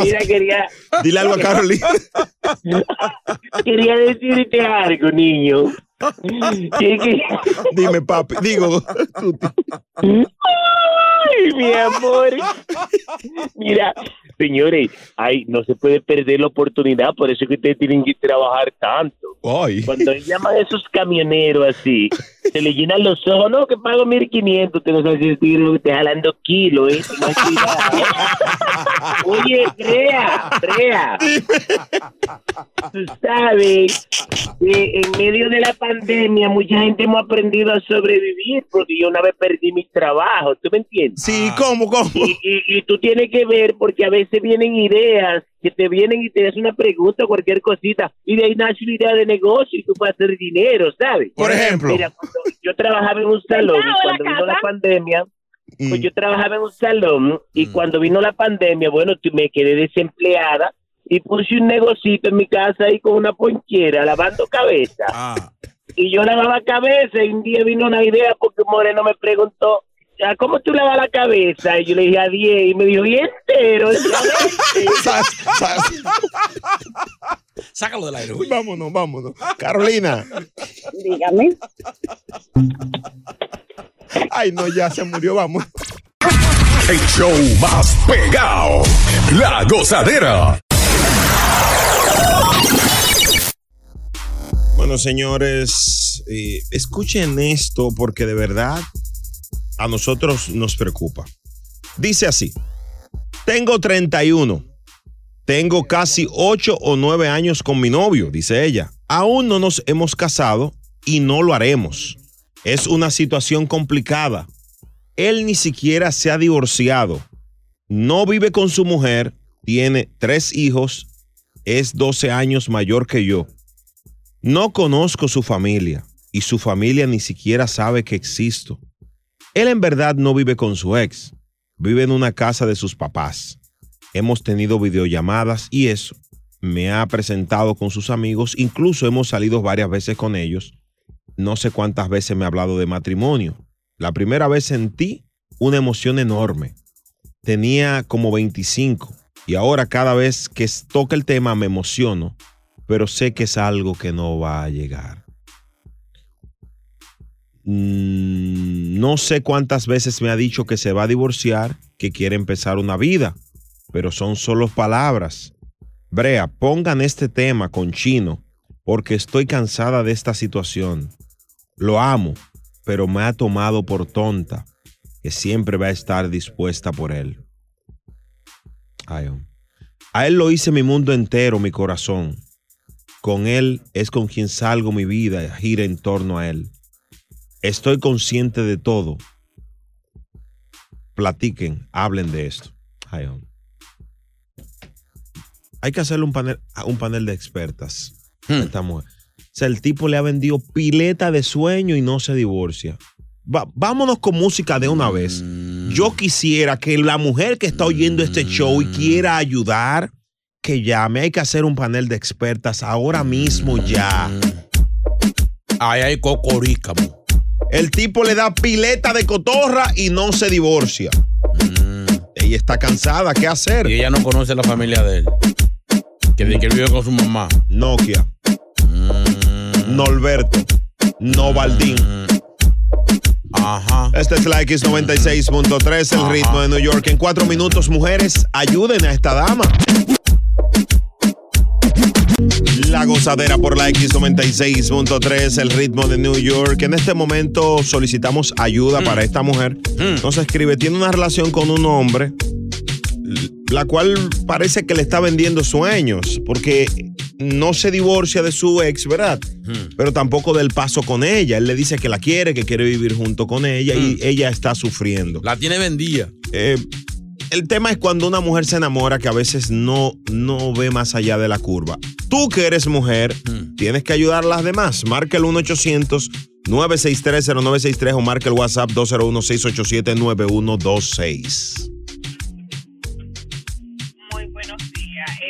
Mira, quería. *laughs* Dile algo a Carolina. *laughs* quería decirte algo, *laughs* niño. Que- que- Dime, papi. Digo, *laughs* *laughs* Ay, mi amor. Mira, señores, ay, no se puede perder la oportunidad, por eso es que ustedes tienen que trabajar tanto. Cuando llaman a esos camioneros así, se le llenan los ojos, no, que pago 1500, te los haces tiro, te jalando kilos, ¿eh? Ten cuidado. Oye, crea, crea. Tú sabes que en medio de la pandemia mucha gente hemos aprendido a sobrevivir porque yo una vez perdí mi trabajo, ¿tú me entiendes? Sí, ¿cómo, cómo? Y, y- y tú tienes que ver porque a veces vienen ideas que te vienen y te hacen una pregunta o cualquier cosita y de ahí nace una idea de negocio y tú puedes hacer dinero, ¿sabes? Por ejemplo. Mira, cuando yo trabajaba en un salón y cuando vino la pandemia, Mm. pues yo trabajaba en un salón y cuando vino la pandemia, bueno, tú- me quedé desempleada y puse un negocito en mi casa ahí con una ponchera lavando cabeza. Ah. Y yo lavaba cabeza y un día vino una idea porque un moreno me preguntó, "Ah, ¿cómo tú lavas la cabeza? Y yo le dije a 10 y me dijo, y entero. *laughs* Sácalo del aire. vámonos, vámonos. Carolina. Dígame. Ay, no, ya se murió, vamos. El show más pegado. La gozadera. Bueno, señores, eh, escuchen esto porque de verdad a nosotros nos preocupa. Dice así, tengo 31, tengo casi 8 o 9 años con mi novio, dice ella. Aún no nos hemos casado y no lo haremos. Es una situación complicada. Él ni siquiera se ha divorciado. No vive con su mujer, tiene tres hijos, es 12 años mayor que yo. No conozco su familia y su familia ni siquiera sabe que existo. Él en verdad no vive con su ex, vive en una casa de sus papás. Hemos tenido videollamadas y eso. Me ha presentado con sus amigos, incluso hemos salido varias veces con ellos. No sé cuántas veces me ha hablado de matrimonio. La primera vez sentí una emoción enorme. Tenía como 25 y ahora cada vez que toca el tema me emociono, pero sé que es algo que no va a llegar. Mm, No sé cuántas veces me ha dicho que se va a divorciar, que quiere empezar una vida, pero son solo palabras. Brea, pongan este tema con chino, porque estoy cansada de esta situación. Lo amo, pero me ha tomado por tonta, que siempre va a estar dispuesta por él. Ay, hombre. A él lo hice mi mundo entero, mi corazón. Con él es con quien salgo mi vida, gira en torno a él. Estoy consciente de todo. Platiquen, hablen de esto. Ay, hombre. Hay que hacerle un panel, a un panel de expertas. a esta mujer. O sea, el tipo le ha vendido pileta de sueño y no se divorcia. Va- vámonos con música de una vez. Yo quisiera que la mujer que está oyendo este show y quiera ayudar, que llame. Hay que hacer un panel de expertas ahora mismo ya. Ay, ay, cocorícamo. El tipo le da pileta de cotorra y no se divorcia. Ella está cansada, ¿qué hacer? Mm. Y ella no conoce la familia de él. Que de que él vive con su mamá. Nokia. Mm. Norberto. Novaldín. Ajá. Este es la X96.3, el ritmo de New York. En cuatro minutos, mujeres, ayuden a esta dama. La gozadera por la X96.3, el ritmo de New York. En este momento solicitamos ayuda para esta mujer. Nos escribe, tiene una relación con un hombre, l- la cual parece que le está vendiendo sueños, porque no se divorcia de su ex, ¿verdad? pero tampoco del paso con ella. Él le dice que la quiere, que quiere vivir junto con ella y ella está sufriendo. La tiene vendida. Eh, el tema es cuando una mujer se enamora que a veces no, no ve más allá de la curva. Tú que eres mujer, Mm. tienes que ayudar a las demás. Marca el 1-800-963-0963 o marca el WhatsApp 201-687-9126.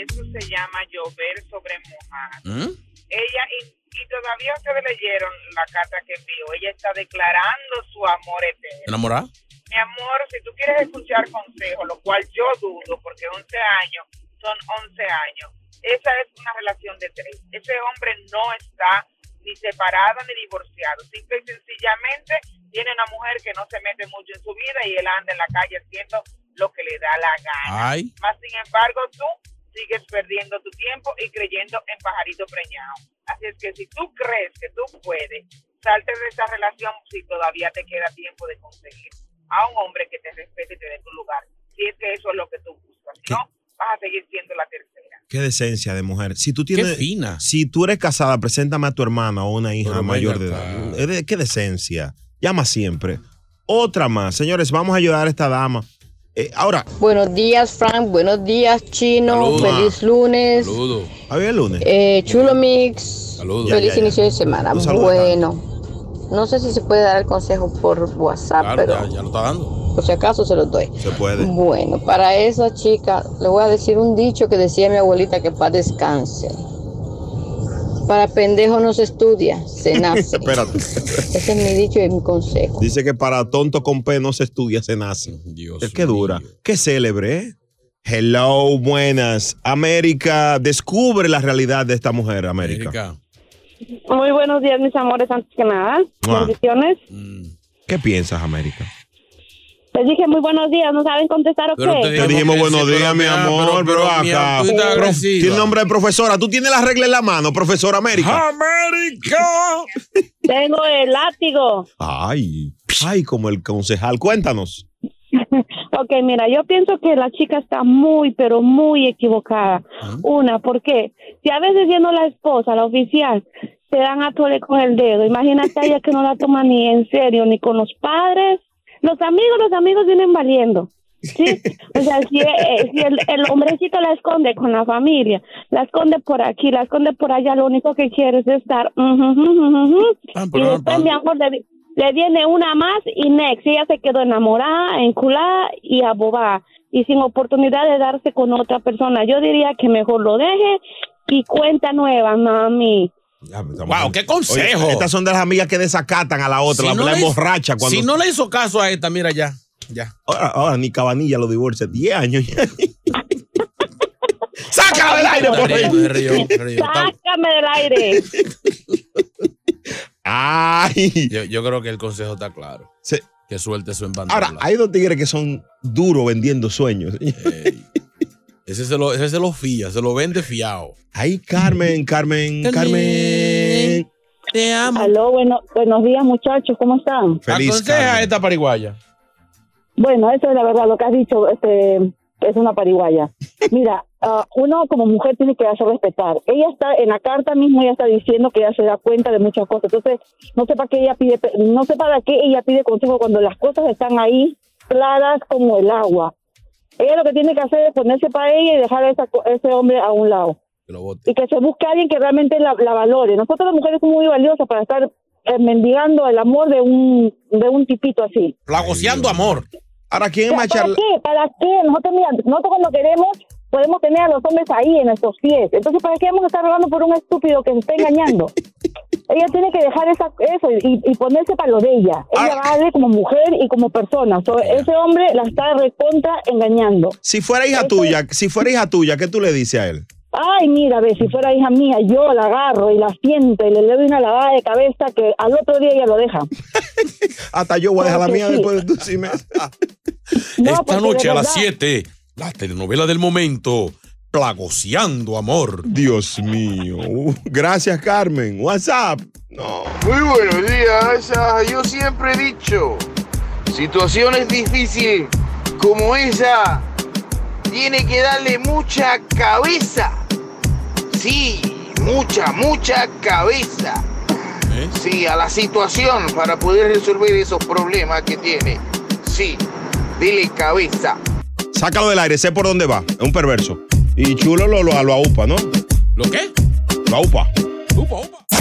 Eso se llama llover sobre mojado. ¿Mm? Ella, y, y todavía ustedes leyeron la carta que envió. Ella está declarando su amor eterno. ¿Enamorada? Mi amor, si tú quieres escuchar consejos, lo cual yo dudo, porque 11 años son 11 años, esa es una relación de tres. Ese hombre no está ni separado ni divorciado. Simple y sencillamente tiene una mujer que no se mete mucho en su vida y él anda en la calle haciendo lo que le da la gana. Ay. Más sin embargo, tú sigues perdiendo tu tiempo y creyendo en pajarito preñado. Así es que si tú crees que tú puedes, salte de esa relación si todavía te queda tiempo de conseguir a un hombre que te respete y te dé tu lugar. Si es que eso es lo que tú buscas, si no, vas a seguir siendo la tercera. Qué decencia de mujer. Si tú tienes, Qué fina. Si tú eres casada, preséntame a tu hermana o una hija Pero ven mayor de acá. edad. Eh, de- Qué decencia. Llama siempre. Otra más. Señores, vamos a ayudar a esta dama. Eh, ahora. Buenos días, Frank. Buenos días, Chino. Saludos. Feliz lunes. Había el lunes. Eh, Chulo Mix. Saludos. Feliz Ya, ya, ya. inicio de semana. Un saludo, Bueno, no sé si se puede dar el consejo por Ah, WhatsApp, Claro, pero ya, ya lo está dando. por si acaso se los doy. Se puede. Bueno, para esa chica le voy a decir un dicho que decía mi abuelita que paz descanse. Para pendejo no se estudia, se *laughs* nace. Espérate. Ese es mi dicho y mi consejo. Dice que para tonto con P no se estudia, se nace. Dios. Qué dura. Qué célebre. ¿eh? Hello, buenas. América, descubre la realidad de esta mujer, América. Muy buenos días, mis amores, antes que nada. Mua. Bendiciones. ¿Qué piensas, América? Les dije muy buenos días, ¿no saben contestar o qué? Te dijimos buenos días, mi amor, pero, acá. Prof- tiene nombre de profesora. Tú tienes la regla en la mano, profesora América. ¡América! Tengo el látigo. Ay, ay, como el concejal. Cuéntanos. Ok, mira, yo pienso que la chica está muy, pero muy equivocada. Una, porque si a veces siendo la esposa, la oficial, se dan a tole con el dedo, imagínate a ella que no la toma ni en serio, ni con los padres. Los amigos, los amigos vienen valiendo. *laughs* Sí, o sea, si, eh, si el, el hombrecito la esconde con la familia, la esconde por aquí, la esconde por allá, lo único que quiere es estar. ujú, ujú, ujú. y pam, después, pam. mi amor, le, le viene una más y next. Ella se quedó enamorada, enculada y abobada y sin oportunidad de darse con otra persona. Yo diría que mejor lo deje y cuenta nueva, mami. Wow, qué consejo. estas son de las amigas que desacatan a la otra, la, la le hizo- emborracha cuando. Si no le hizo caso a esta, mira ya. Ya. ahora, ahora ni Cabanilla lo divorcia. 10 años ya. ¡Sácala del aire, por ahí! Sácame del aire. *laughs* Ay. Yo, yo creo que el consejo está claro. Que suelte su empanada. Ahora, hay dos tigres que son duros vendiendo sueños. Ese se, lo, ese se lo fía, se lo vende fiado. Ahí, Carmen, Carmen, Carmen. Te amo. Aló, bueno, buenos días, muchachos, ¿cómo están? Aconseja a esta pariguaya. Bueno, eso es la verdad, lo que has dicho, este, es una pariguaya. Mira, ah, uno como mujer tiene que hacer respetar. Ella está, en la carta mismo ella está diciendo que ella se da cuenta de muchas cosas. Entonces, no sé para qué ella pide, pe- no sé para qué ella pide consejo cuando las cosas están ahí claras como el agua. Ella lo que tiene que hacer es ponerse para ella y dejar a esa co- ese hombre a un lado. y que se busque a alguien que realmente la, la valore. Nosotros las mujeres somos muy valiosas para estar eh, mendigando el amor de un, de un tipito así. Plagoseando amor. Ahora, ¿quién O sea, ¿Para qué? ¿Para qué? Nosotros, mira, nosotros cuando queremos podemos tener a los hombres ahí en nuestros pies. Entonces, ¿para qué vamos a estar rogando por un estúpido que se está engañando? ella tiene que dejar esa, eso y, y ponerse para lo de ella. Ella vale como mujer y como persona. So, ese hombre la está recontra engañando. Si fuera hija tuya, si fuera hija tuya, ¿qué tú le dices a él? Ay, mira, ve, si fuera hija mía, yo la agarro y la siento y le doy una lavada de cabeza que al otro día ella lo deja. Hasta yo voy a dejar la Claro que mía sí. después de tus meses. esta porque noche de a las verdad- 7, la telenovela del momento, Plagoseando amor. Dios mío. Uh, Gracias, Carmen. WhatsApp. Muy buenos días. Ah, Yo siempre he dicho, situaciones difíciles como esa, tiene que darle mucha cabeza. Sí, mucha, mucha cabeza. Sí, a la situación para poder resolver esos problemas que tiene. Sí, dile cabeza. Sácalo del aire, sé por dónde va. Es un perverso. Y chulo lo, lo, lo aupa, ¿no? ¿Lo qué? Lo aupa.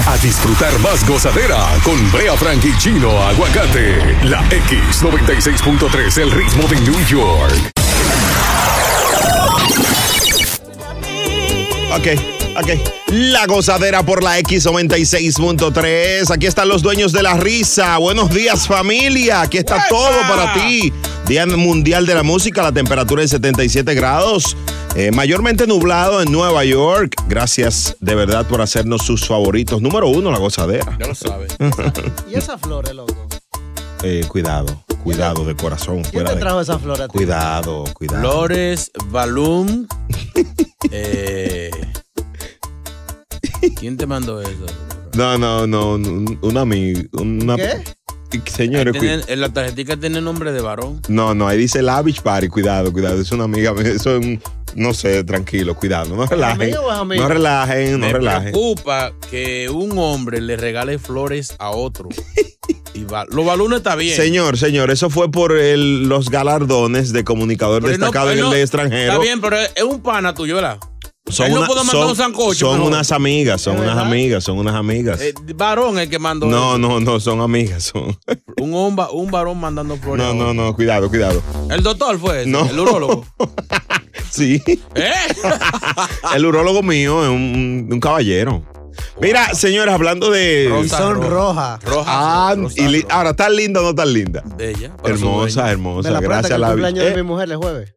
A disfrutar más gozadera con Brea Frank y Chino Aguacate. La X96.3, el ritmo de New York. Ok, ok. La gozadera por la X96.3. Aquí están los dueños de la risa. Buenos días, familia. Aquí está todo para ti. Día Mundial de la Música, la temperatura es 77 grados. Eh, mayormente nublado en Nueva York. Gracias de verdad por hacernos sus favoritos. Número uno, la gozadera. *laughs* Ya lo sabes. ¿Y esa flor, loco? Eh, cuidado, cuidado de corazón. ¿Quién Fuera te de- trajo esa flor a ti? Cuidado, cuidado. Flores, Balum. *laughs* eh, ¿Quién te mandó eso? No, no, no. Un, un amigo. Una... ¿Qué? Señores, cuidado. Tiene- en la tarjetita tiene nombre de varón. No, no, ahí dice la beach party, cuidado, cuidado, es una amiga, mía, eso es un, no sé, tranquilo, cuidado, no relajen, amiga o es amiga? no relajen, no Me relajen. preocupa que un hombre le regale flores a otro. y va- los balones está bien. Señor, señor, eso fue por el- los galardones de comunicador Pero él no- destacado él en el no- de extranjero. Está bien, pero es un pana tuyo, ¿verdad? Son, él no una- pudo mandar son- un sancocho, son mejor. unas amigas, son unas amigas, son unas amigas. Eh, varón el que mandó. no, eso. no, no, son amigas. son- Un, homba- un varón mandando flores. *laughs* No, no, no, cuidado, cuidado. El doctor fue ese, No. el urólogo. Sí. ¿Eh? el urólogo mío es un, un caballero. Mira, señores, hablando de. Rosa Son roja. rojas. Ah, y li- Ahora, ¿tan linda o no tan linda? Bella. Hermosa, Me hermosa. la plata que Gracias Eh. a el la cumpleaños vida. de mi mujer el jueves.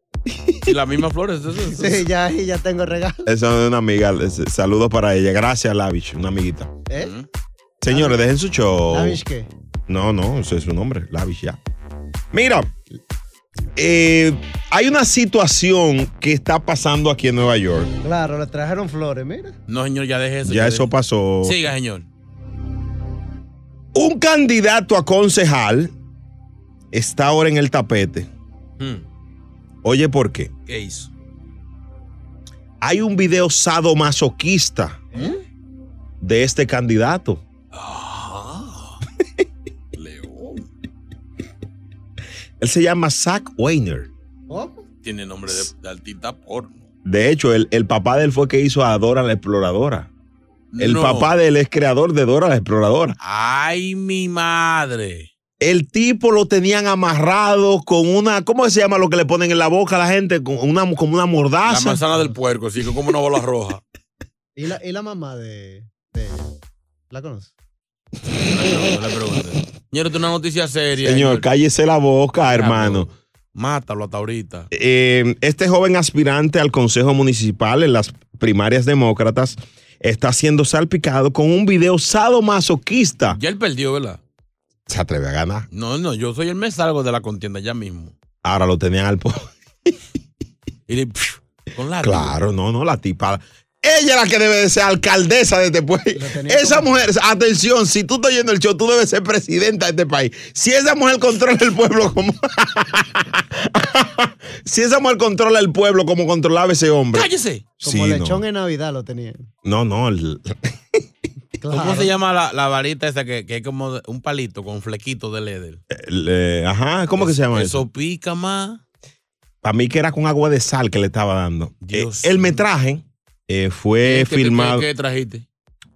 Y las mismas flores. entonces. Sí, ya, ahí ya tengo regalo. Esa es una amiga. es- Saludos para ella. Gracias, Lavich, una amiguita. ¿Eh? Señores, dejen su show. ¿Sabes qué? No, no, ese es su nombre. Lavich ya. Mira, eh, hay una situación que está pasando aquí en Nueva York. Claro, le trajeron flores, mira. No, señor, ya deje eso. Ya deje- eso pasó. Siga, señor. Un candidato a concejal está ahora en el tapete. Hmm. Oye, ¿por qué? ¿Qué hizo? Hay un video sadomasoquista ¿Eh? de este candidato. Ah, Él se llama Zach Weiner. Tiene nombre de, de altita porno. De hecho, el, el papá de él fue que hizo a Dora la Exploradora. El No. papá de él es creador de Dora la Exploradora. Ay, mi madre. El tipo lo tenían amarrado con una, ¿cómo se llama lo que le ponen en la boca a la gente? Con una, como una La mordaza. manzana del puerco, sí, que como una bola roja. ¿Y la, y la mamá de, de ella? ¿La conoces? No, no le pregunte. *laughs* Señor, esto es una noticia seria. Señor, cállese la boca, hermano. Mátalo hasta ahorita. Eh, este joven aspirante al Consejo Municipal en las primarias demócratas está siendo salpicado con un video sadomasoquista. Ya él perdió, ¿verdad? Se atreve a ganar. No, no, yo soy el me salgo de la contienda ya mismo. Ahora lo tenían al... po- Y le, pf, con la Claro, no, no, la tipa. Ella es la que debe de ser alcaldesa de este país. Esa mujer, atención, si tú estás oyendo el show, tú debes ser presidenta de este país. Si esa mujer controla el pueblo como. *laughs* si esa mujer controla el pueblo como controlaba ese hombre. ¡Cállese! Como Sí, lechón en Navidad lo tenía. No, no. el- ¿Cómo se llama la, la varita esa que, que es como un palito con flequito de leder? el, eh, ajá, ¿cómo que se llama eso? Eso pica más. Para mí que era con agua de sal que le estaba dando. Eh, el metraje eh, fue ¿Qué te- filmado. ¿Qué, qué trajiste?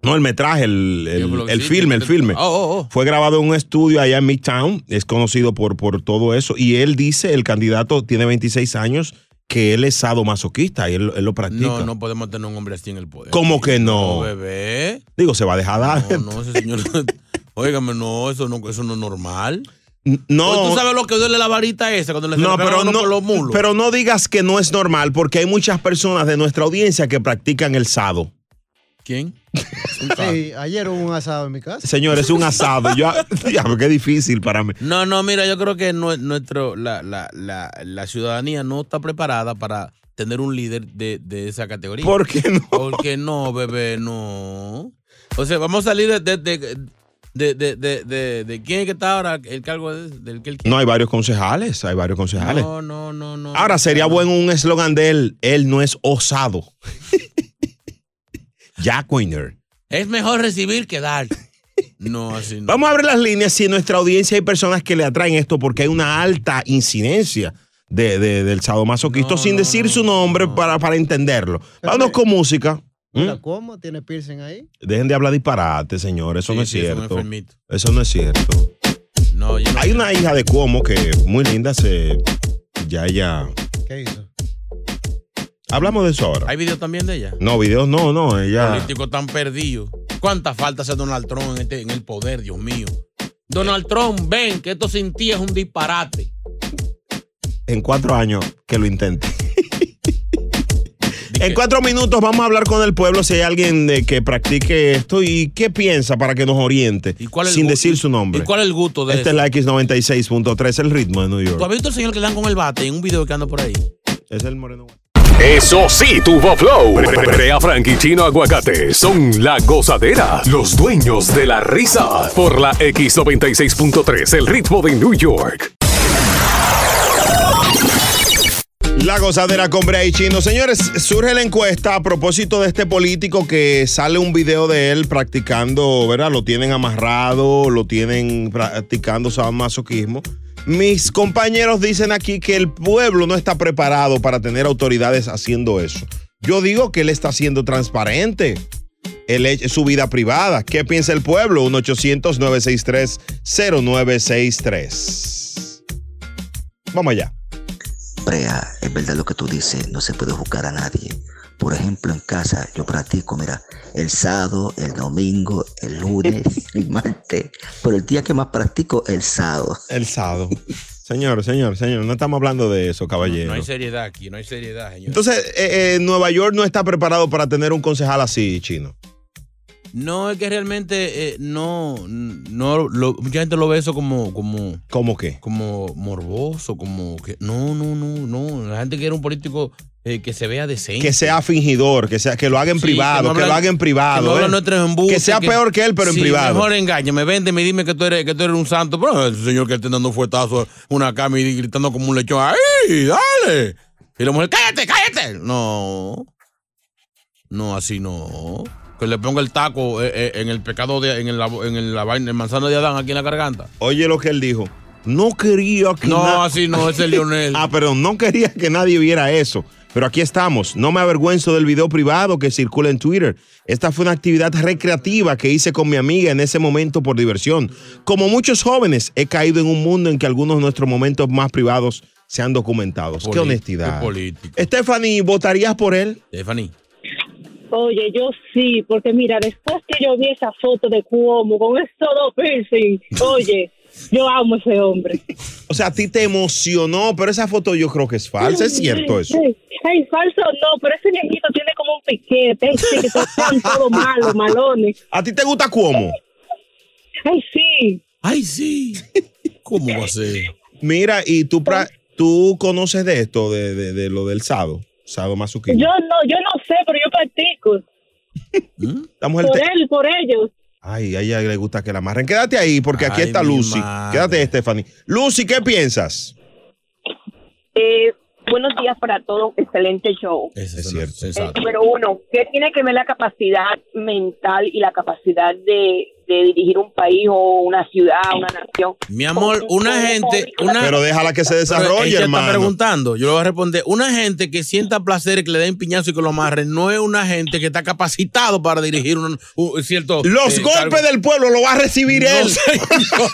No, el metraje, el, el- Yo creo que el sí, filme, el que- filme. Oh, oh, oh. Fue grabado en un estudio allá en Midtown, es conocido por, por todo eso. Y él dice, el candidato tiene 26 años, que él es sadomasoquista y él, él lo practica. No, no podemos tener un hombre así en el poder. ¿Cómo que no? bebé. Digo, se va a dejar dar. No, ese señor. *laughs* Óigame, no, eso no, eso no es normal. No, ¿Tú sabes lo que duele la varita esa cuando le se *laughs* no, le pega a pero uno no, por los mulos? pero no digas que no es normal, porque hay muchas personas de nuestra audiencia que practican el sado. ¿Quién? Sí, ayer hubo un asado en mi casa. Señores, es un asado. Yo, *laughs* diablo, qué difícil para mí. *laughs* No, no, mira, yo creo que nue- nuestro, la, la, la, la ciudadanía no está preparada para tener un líder de, de esa categoría. ¿Por qué no? Porque no, bebé, no. O sea, vamos a salir de, de, de, de, de, de- de- de- quién es que está ahora el cargo de- del que él quiere. No, hay varios concejales, hay varios concejales. No, no, no, no. Ahora sería bueno un eslogan de él, él no es osado. *laughs* Jack Weiner. Es mejor recibir que *laughs* dar. No, así no. Vamos a abrir las líneas si en nuestra audiencia hay personas que le atraen esto porque hay una alta incidencia de, de- del sadomasoquista sin decir su nombre para, para entenderlo. Vámonos con música. ¿Mm? Mira, ¿Cómo? ¿Tiene piercing ahí? Dejen de hablar disparate, señores. Eso no es sí, eso me cierto. enfermito. Eso no es cierto. No, yo no Hay una hija de Cuomo que muy linda se... Ya, ya. ¿Qué hizo? Hablamos de eso ahora. ¿Hay video también de ella? No, videos no, no. eh, Ella... Político tan perdido. ¿Cuánta falta hace Donald Trump en, este- en el poder, Dios mío? Donald Trump, ven que esto sin ti es un disparate. en cuatro años que lo intente. en cuatro minutos vamos a hablar con el pueblo si hay alguien de que practique esto y qué piensa para que nos oriente cuál es el sin gu- decir su nombre. ¿Y cuál es el gusto de eso? Este es la X96.3, el ritmo de New ¿Tú has York. visto el señor que dan con el bate en un video que anda por ahí? Es el moreno. Eso sí, tuvo flow. Brea Frank y Chino Aguacate son la gozadera, los dueños de la risa. Por la X96.3, el ritmo de New York. La gozadera con Brea y Chino. Señores, surge la encuesta a propósito de este político que sale un video de él practicando, ¿verdad? Lo tienen amarrado, lo tienen practicando sadomasoquismo. Mis compañeros dicen aquí que el pueblo no está preparado para tener autoridades haciendo eso. Yo digo que él está siendo transparente. el hecho- su vida privada. ¿Qué piensa el pueblo? 1-800-963-0963. Vamos allá. Prea, es verdad lo que tú dices, no se puede juzgar a nadie. Por ejemplo, en casa yo practico, mira, el sábado, el domingo, el lunes, el martes. Pero el día que más practico, el sábado. El sábado. Señor, señor, señor, no estamos hablando de eso, caballero. No hay seriedad aquí, no hay seriedad, señor. Entonces, eh, eh, Nueva York no está preparado para tener un concejal así, chino. No, es que realmente eh, no, no, lo- mucha gente lo ve eso como, como. ¿Cómo qué? Como morboso, como que. No, no, no, no. La gente quiere un político eh, que se vea decente. Que sea fingidor, que sea que lo haga en Sí, privado, que, no hablan- lo haga en que no privado. hablan ¿eh? nuestros embustes, Que sea peor que él, pero Sí, en privado. Mejor engáñame, véndeme y dime que tú eres, que tú eres un santo. Pero el señor que esté dando fuetazo a una cama y gritando como un lechón. ¡Ay, dale! Y la mujer, ¡cállate, cállate! No. No, así no. Que le ponga el taco eh, eh, en el pecado de, en, el, en, el, la vaina, el manzano de Adán aquí en la garganta. Oye lo que él dijo. No quería que No, na- así no, ese es Lionel. *laughs* ah, perdón, no quería que nadie viera eso. Pero aquí estamos. No me avergüenzo del video privado que circula en Twitter. Esta fue una actividad recreativa que hice con mi amiga en ese momento por diversión. Como muchos jóvenes, he caído en un mundo en que algunos de nuestros momentos más privados se han documentado. Qué Político, honestidad. político. Stephanie, ¿votarías por él? Stephanie. Oye, yo sí, porque mira, después que yo vi esa foto de Cuomo con estos dos piercing, oye, yo amo a ese hombre. O sea, a ti te emocionó, pero esa foto yo creo que es falsa. Es cierto eso. Ay, ay, falso no, pero ese niñito tiene como un piquete, ese que son todos malos, malones. ¿A ti te gusta Cuomo? Ay, sí. Ay, *laughs* sí. ¿Cómo va a ser? Mira, y tú, pra- tú conoces de esto, de, de- de lo del sado, sado masoquismo. Yo no, yo no sé, pero yo practico. La mujer Por te- él, por ellos. Ay, a ella le gusta que la amarren. Quédate ahí, porque aquí Ay, está mi Lucy. madre. Quédate, Stephanie. Lucy, ¿qué piensas? Eh, buenos días para todos, excelente show. es cierto. Eh, número uno, ¿qué tiene que ver la capacidad mental y la capacidad de, de dirigir un país o una ciudad, una nación? Mi amor, una gente. Una, Pero déjala que se desarrolle, Pero ella hermano. está preguntando. Yo le voy a responder. Una gente que sienta placer y que le den piñazo y que lo amarren no es una gente que está capacitado para dirigir un, un cierto. Los eh, golpes cargo. del pueblo lo va a recibir No, él. señor.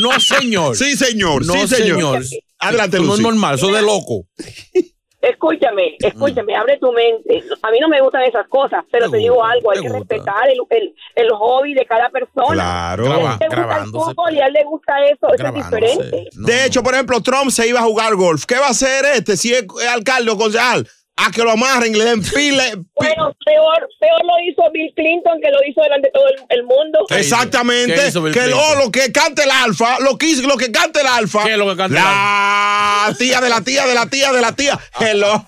No, señor. Sí, señor. No, sí, señor. señor. Adelante, Eso no Lucy. es normal, eso es de loco. Escúchame, Mm. escúchame, abre tu mente. A mí no me gustan esas cosas, pero te digo algo, hay que respetar el, el, el hobby de cada persona. Claro. A él le gusta el Grabándose. fútbol y a él le gusta eso, eso es Grabándose. diferente. de hecho, por ejemplo, Trump se iba a jugar golf. ¿Qué va a hacer este si es es alcalde o concejal? A que lo amarren, le den pile. pi- Bueno, peor, peor lo hizo Bill Clinton que lo hizo delante de todo el, el mundo. Exactamente. que lo, lo que cante el alfa, lo que, hizo- lo que cante el alfa. ¿Qué es lo que canta el la tía de la tía de la tía de la tía. Hello.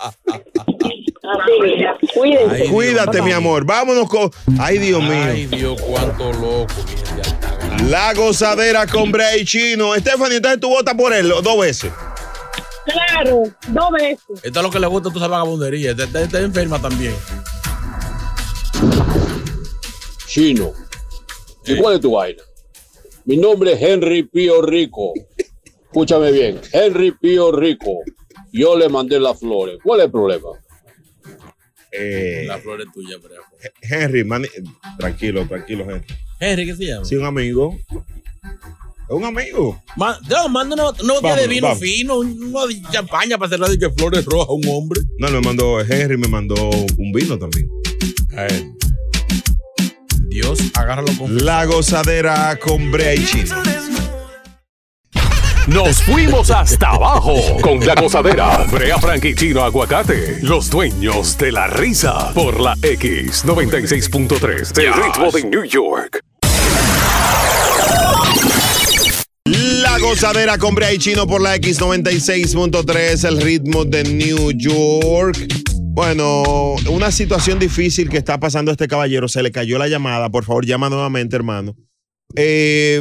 Cuídense. Cuídate, mi amor. Vámonos con. Ay, Dios mío. Ay, Dios, cuánto loco. La gozadera con Bray Chino. Stephanie, entonces tú votas por él dos veces. Claro, dos veces. Esto es lo que le gusta a toda esa vagabundería. Está, está- está enferma también. Chino. ¿Y cuál es tu vaina? Mi nombre es Henry Pío Rico. Escúchame bien, Henry Pío Rico. Yo le mandé las flores. ¿Cuál es el problema? Eh, La flor es tuya, pero. Henry, mani- tranquilo, tranquilo, Henry. Henry, ¿qué se llama? Sí, un amigo. Es un amigo. Ma- no, manda una, una botella Vamos, de vino vamos. fino, una de champaña para hacerle de que flores rojas a un hombre. No, él me mandó, Henry me mandó un vino también. Eh. Dios, agárralo con. La gozadera con Bray Chino. Nos fuimos hasta abajo con la gozadera. Brea Frank y Chino Aguacate, los dueños de la risa por la X96.3 del ritmo de New York. La gozadera con Brea y Chino por la X96.3, el ritmo de New York. Bueno, una situación difícil que está pasando a este caballero. Se le cayó la llamada. Por favor, llama nuevamente, hermano. Eh,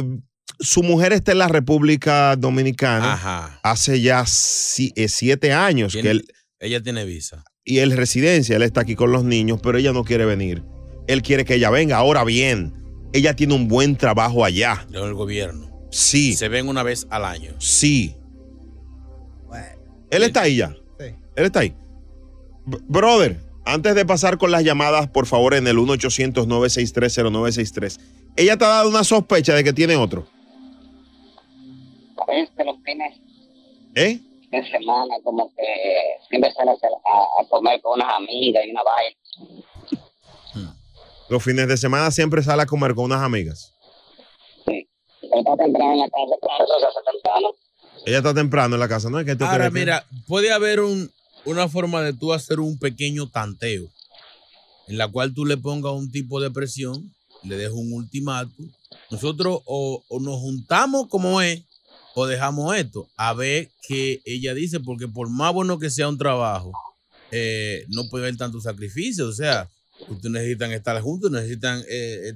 su mujer está en la República Dominicana Ajá. hace ya si- eh, siete años que él, Ella tiene visa. y él residencia. Él está aquí con los niños, pero ella no quiere venir. Él quiere que ella venga. Ahora bien, ella tiene un buen trabajo allá. Con el gobierno. Sí. Se ven una vez al año. Sí. Él está ahí ya. Él está ahí. B- Brother, antes de pasar con las llamadas, por favor, en el 1-800-963-0963. Ella te ha dado una sospecha de que tiene otro. Pues, pero fines ¿Eh? de semana, como que eh, siempre sale a, hacer- a- a comer con unas amigas y una vaina. Los fines de semana siempre sale a comer con unas amigas. Pero está temprano en la casa, claro, eso se hace temprano. Ella está temprano en la casa, ¿no? Es que tú Ahora, crees que- mira, puede haber un- una forma de tú hacer un pequeño tanteo en la cual tú le pongas un tipo de presión le dejo un ultimátum. Nosotros o, o nos juntamos como es o dejamos esto. A ver qué ella dice, porque por más bueno que sea un trabajo, eh, no puede haber tantos sacrificios. O sea, ustedes necesitan estar juntos, necesitan... eh, eh,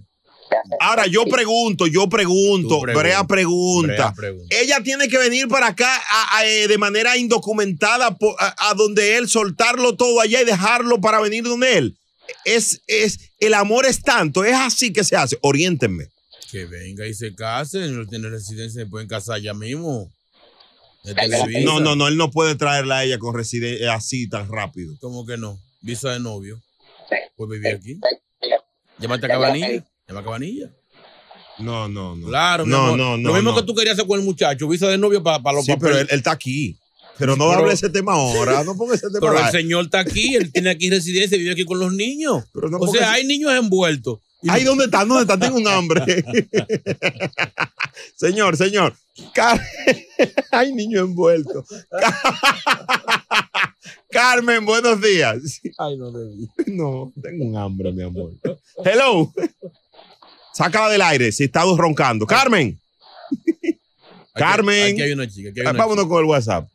Ahora yo pregunto, yo pregunto, Tú pregunta. Brea pregunta. Brea pregunta. Ella tiene que venir para acá a- a, eh, de manera indocumentada po- a, a donde él, soltarlo todo allá y dejarlo para venir donde él. Es, es, el amor es tanto, es así que se hace. Oriéntenme. que venga y se case, no tiene residencia, se pueden casar ya mismo. Este De Televisa. No, no, no, él no puede traerla a ella con reside- eh, así tan rápido. ¿Cómo que no? Visa de novio. Pues vivir aquí. Llámate a Cabanilla. Llama a Cabanilla. No, no, no. Claro, mi No, amor. no, no, Lo mismo no. que tú querías hacer con el muchacho, visa de novio para los Sí, pero papeles. él, él está aquí. Pero no Pero- hable ese tema ahora, no ponga ese tema *laughs* Pero el ahora. señor está aquí, él tiene aquí residencia, vive aquí con los niños. no o porque- sea, hay niños envueltos. Ahí dónde están, dónde están, tengo *laughs* un hambre. señor, señor. Car- *laughs* Ay, *laughs* niño envuelto. Car- Carmen, buenos días. Ay, no debí. *laughs* No, tengo un hambre, mi amor. Hello. Sácala del aire si está roncando. Carmen. Carmen. Aquí hay una chica. Aquí hay Ah, una Vámonos con el WhatsApp.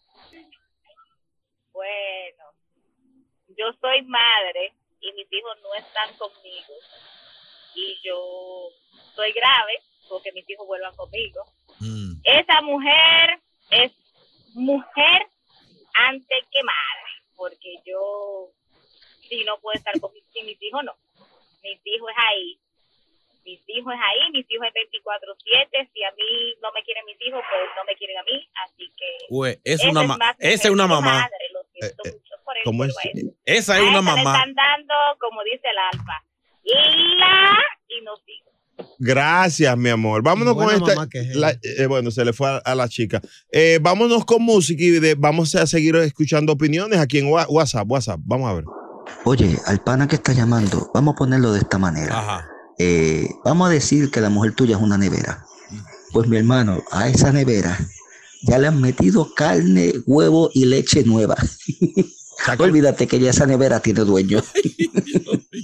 Bueno, yo soy madre y mis hijos no están conmigo. Y yo soy grave porque mis hijos vuelvan conmigo. Esa mujer es mujer antes que madre, porque yo si no puedo estar con mis, sin mis hijos, no. Mis hijos es ahí. Mis hijos es ahí, mis hijos es 24-7. Si a mí no me quieren mis hijos, pues no me quieren a mí. Así que. Ué, es esa una ma- más esa mujer es una que mamá. Eh, madre, lo siento mucho por eso, ¿Cómo es? pero bueno. Esa es A esa una le mamá. están dando, como dice el alfa, la y nos dijo. Gracias, mi amor. Vámonos Buena con esta. mamá que es la- eh, bueno, se le fue a, a la chica. Eh, vámonos con música y de- vamos a seguir escuchando opiniones aquí en Wha- WhatsApp. WhatsApp, vamos *laughs* a ver. Oye, al pana que está llamando, vamos a ponerlo de esta manera. Eh, vamos a decir que la mujer tuya es una nevera. Pues mi hermano, a esa nevera ya le han metido carne, huevo y leche nueva. Olvídate que ya esa nevera tiene dueño.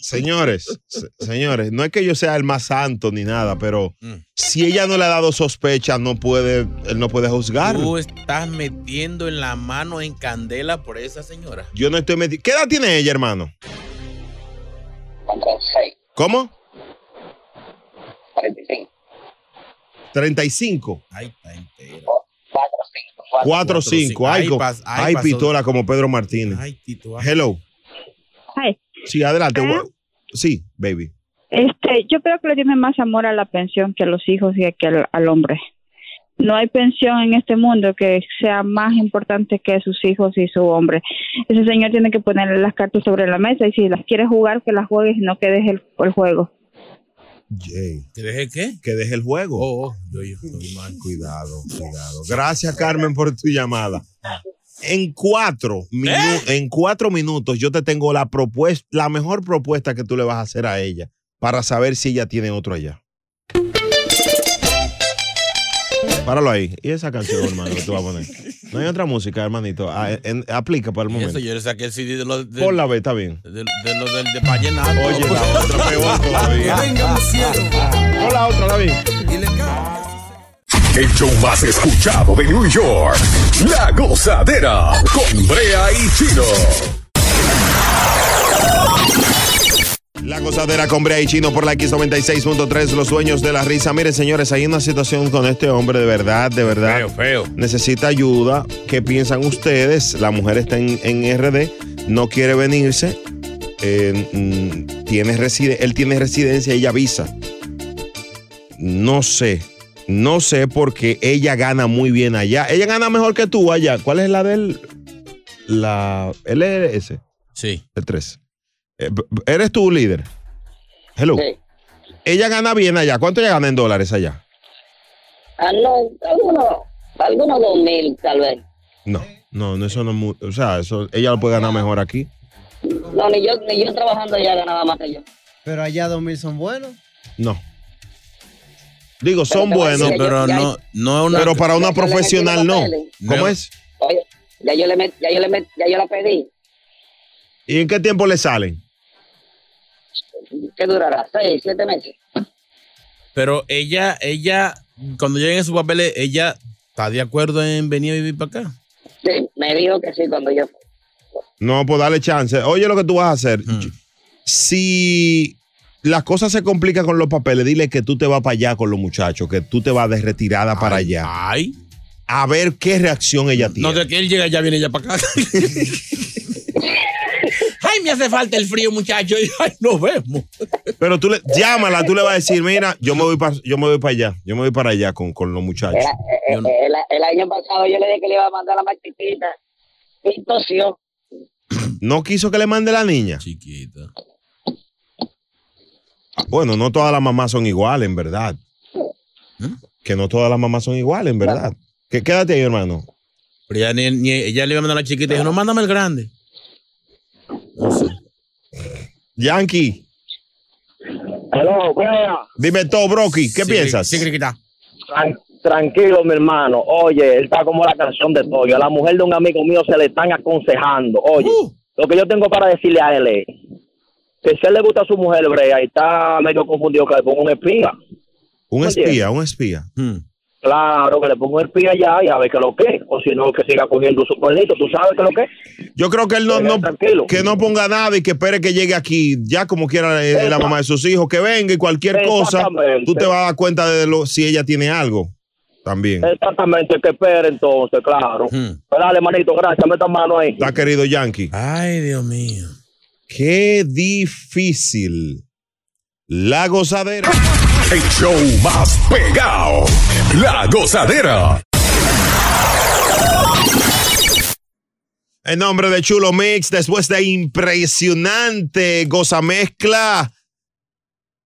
Señores, se- señores, no es que yo sea el más santo ni Mm, nada, pero si ella no le ha dado sospecha, no puede, él no puede juzgar. Tú estás metiendo en la mano en candela por esa señora. Yo no estoy metido. ¿Qué edad tiene ella, hermano? ¿Cómo? 35. Ay, está 4 5. Ay, co- pas- ay, ay, pasó. pistola como Pedro Martínez. Ay, Tito. ah. ay. Hello. Ay, Sí, adelante. Ah. gua- Sí, baby. Este, yo creo que le tiene más amor a la pensión que a los hijos y que al, al hombre. No hay pensión en este mundo que sea más importante que sus hijos y su hombre. Ese señor tiene que ponerle las cartas sobre la mesa y si las quieres jugar, que las juegues y no que dejes el, el juego. ¿Que deje qué? Que deje el juego. Oh, oh, yo, yo, yo, mal. Cuidado, cuidado. Gracias, Carmen, por tu llamada. En cuatro, minu- en cuatro minutos yo te tengo la propuesta, la mejor propuesta que tú le vas a hacer a ella para saber si ella tiene otro allá. Páralo ahí. ¿Y esa canción, hermano, que tú vas a poner? No hay otra música, hermanito. Ah, en- aplica para el Y Eso momento. yo le saqué el CD de los de, Por la B, está bien. de, de los del de Vallenato. Oye, la otra peor todavía. Hola, otra, David. El show más escuchado de New York. La gozadera con Brea y Chino. La gozadera con Brea y Chino por la X96.3, los sueños de la risa. Miren, señores, hay una situación con este hombre de verdad, de verdad. Feo, feo. Necesita ayuda. ¿Qué piensan ustedes? La mujer está en, en RD, no quiere venirse. eh, mm, tiene reside- él tiene residencia, ella visa. No sé. No sé porque ella gana muy bien allá. Ella gana mejor que tú allá. ¿Cuál es la del la LRS? Sí. El 3. ¿Eres tú líder? Hello. Ella gana bien allá. ¿Cuánto ella gana en dólares allá? Ah, no, algunos, algunos dos mil tal vez. No, no, no, eso no es mu- O sea, eso, ella lo puede ganar mejor aquí. No, ni yo, ni yo trabajando allá ganaba más que yo. Pero allá 2000 son buenos. No. Digo, son te voy a buenos, decir, yo- pero ya- no, no es una. Pero para una Ya yo le metí profesional los no. papeles. ¿Cómo es? Oye, ya yo le met, ya yo le met, ya yo la pedí. ¿Y en qué tiempo le salen? ¿Qué durará? ¿Seis, siete meses? Pero ella, ella, cuando lleguen sus papeles, ella está de acuerdo en venir a vivir para acá. Sí, me dijo que sí cuando yo No, pues dale chance. Oye, lo que tú vas a hacer. Si las cosas se complican con los papeles, dile que tú te vas para allá con los muchachos, que tú te vas de retirada para allá. Ay. A ver qué reacción ella tiene. No, de que él llega, ya viene ella para *laughs* acá. Ay, me hace falta el frío, *laughs* muchacho. Ay, nos vemos. Pero tú le llámala, tú le vas a decir, mira, yo me voy para, yo me voy para allá, yo me voy para allá con, con los muchachos. Era- eh, eh, *laughs* el, el año pasado yo le dije que le iba a mandar a la más chiquita y tosió. No quiso que le mande la niña. Chiquita. Ah, Bueno, no todas las mamás son iguales, en verdad. Que no todas las mamás son iguales, en verdad. Que quédate ahí, hermano. Pero ella, ni, ni- ella le iba a mandar a la chiquita y dijo, no, mándame el grande. Yankee. Dime todo, Brocky. ¿Qué piensas? Sí, Tran- tranquilo, mi hermano. Oye, él está como la canción de Toyo. A la mujer de un amigo mío se le están aconsejando. Oye, Uh. lo que yo tengo para decirle a él es que si a él le gusta a su mujer hebrea y está medio confundido, que le ponga un espía. Un Oye. espía, un espía. Claro, que le ponga un espía allá y a ver qué es lo que es. O si no, que siga cogiendo su cuernito. ¿Tú sabes qué es lo que es? Yo creo que él no, no- que no ponga nada y que espere que llegue aquí, ya como quiera eh, la mamá de sus hijos, que venga y cualquier cosa, Exactamente. tú te vas a dar cuenta de lo, si ella tiene algo también. Exactamente, que espere entonces, claro. Hmm. Pero Pues dale, manito, gracias. Meta mano ahí. Está querido Yankee. Ay, Dios mío. Qué difícil. La gozadera. El show más pegado. La gozadera. En nombre de Chulo Mix, después de impresionante goza mezcla.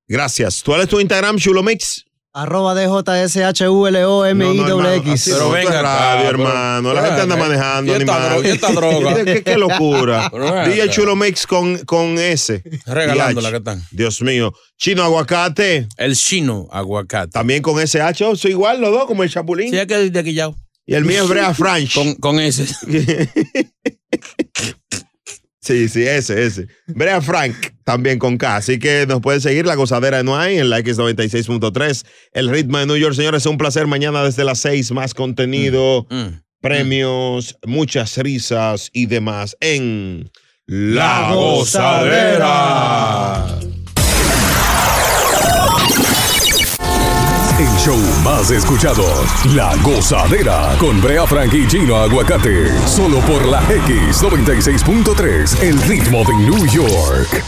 Gracias. ¿Tú eres tu Instagram, Chulo Mix? Arroba DJSHULOMIWX. Pero venga, radio, hermano. La gente anda manejando, animal. *laughs* ¿Qué- qué- Qué locura. DJ Chulo Mix con, con S. Regalándola, DH. ¿qué tal? Dios mío. Chino aguacate. El chino aguacate. También con SH. oh, Soy igual los dos, como el chapulín. Sí, es que de aquí ya. Y el mío es Brea French. Con, con ese. *laughs* Sí, sí, ese, ese. Brea Frank también con K. Así que nos pueden seguir la gozadera de No hay en la X96.3. El ritmo de New York, señores, un placer. Mañana desde las 6, más contenido, premios, muchas risas y demás en La Gozadera. El show más escuchado. La gozadera. Con Brea Frank y Chino Aguacate. Solo por la X96.3. El ritmo de New York.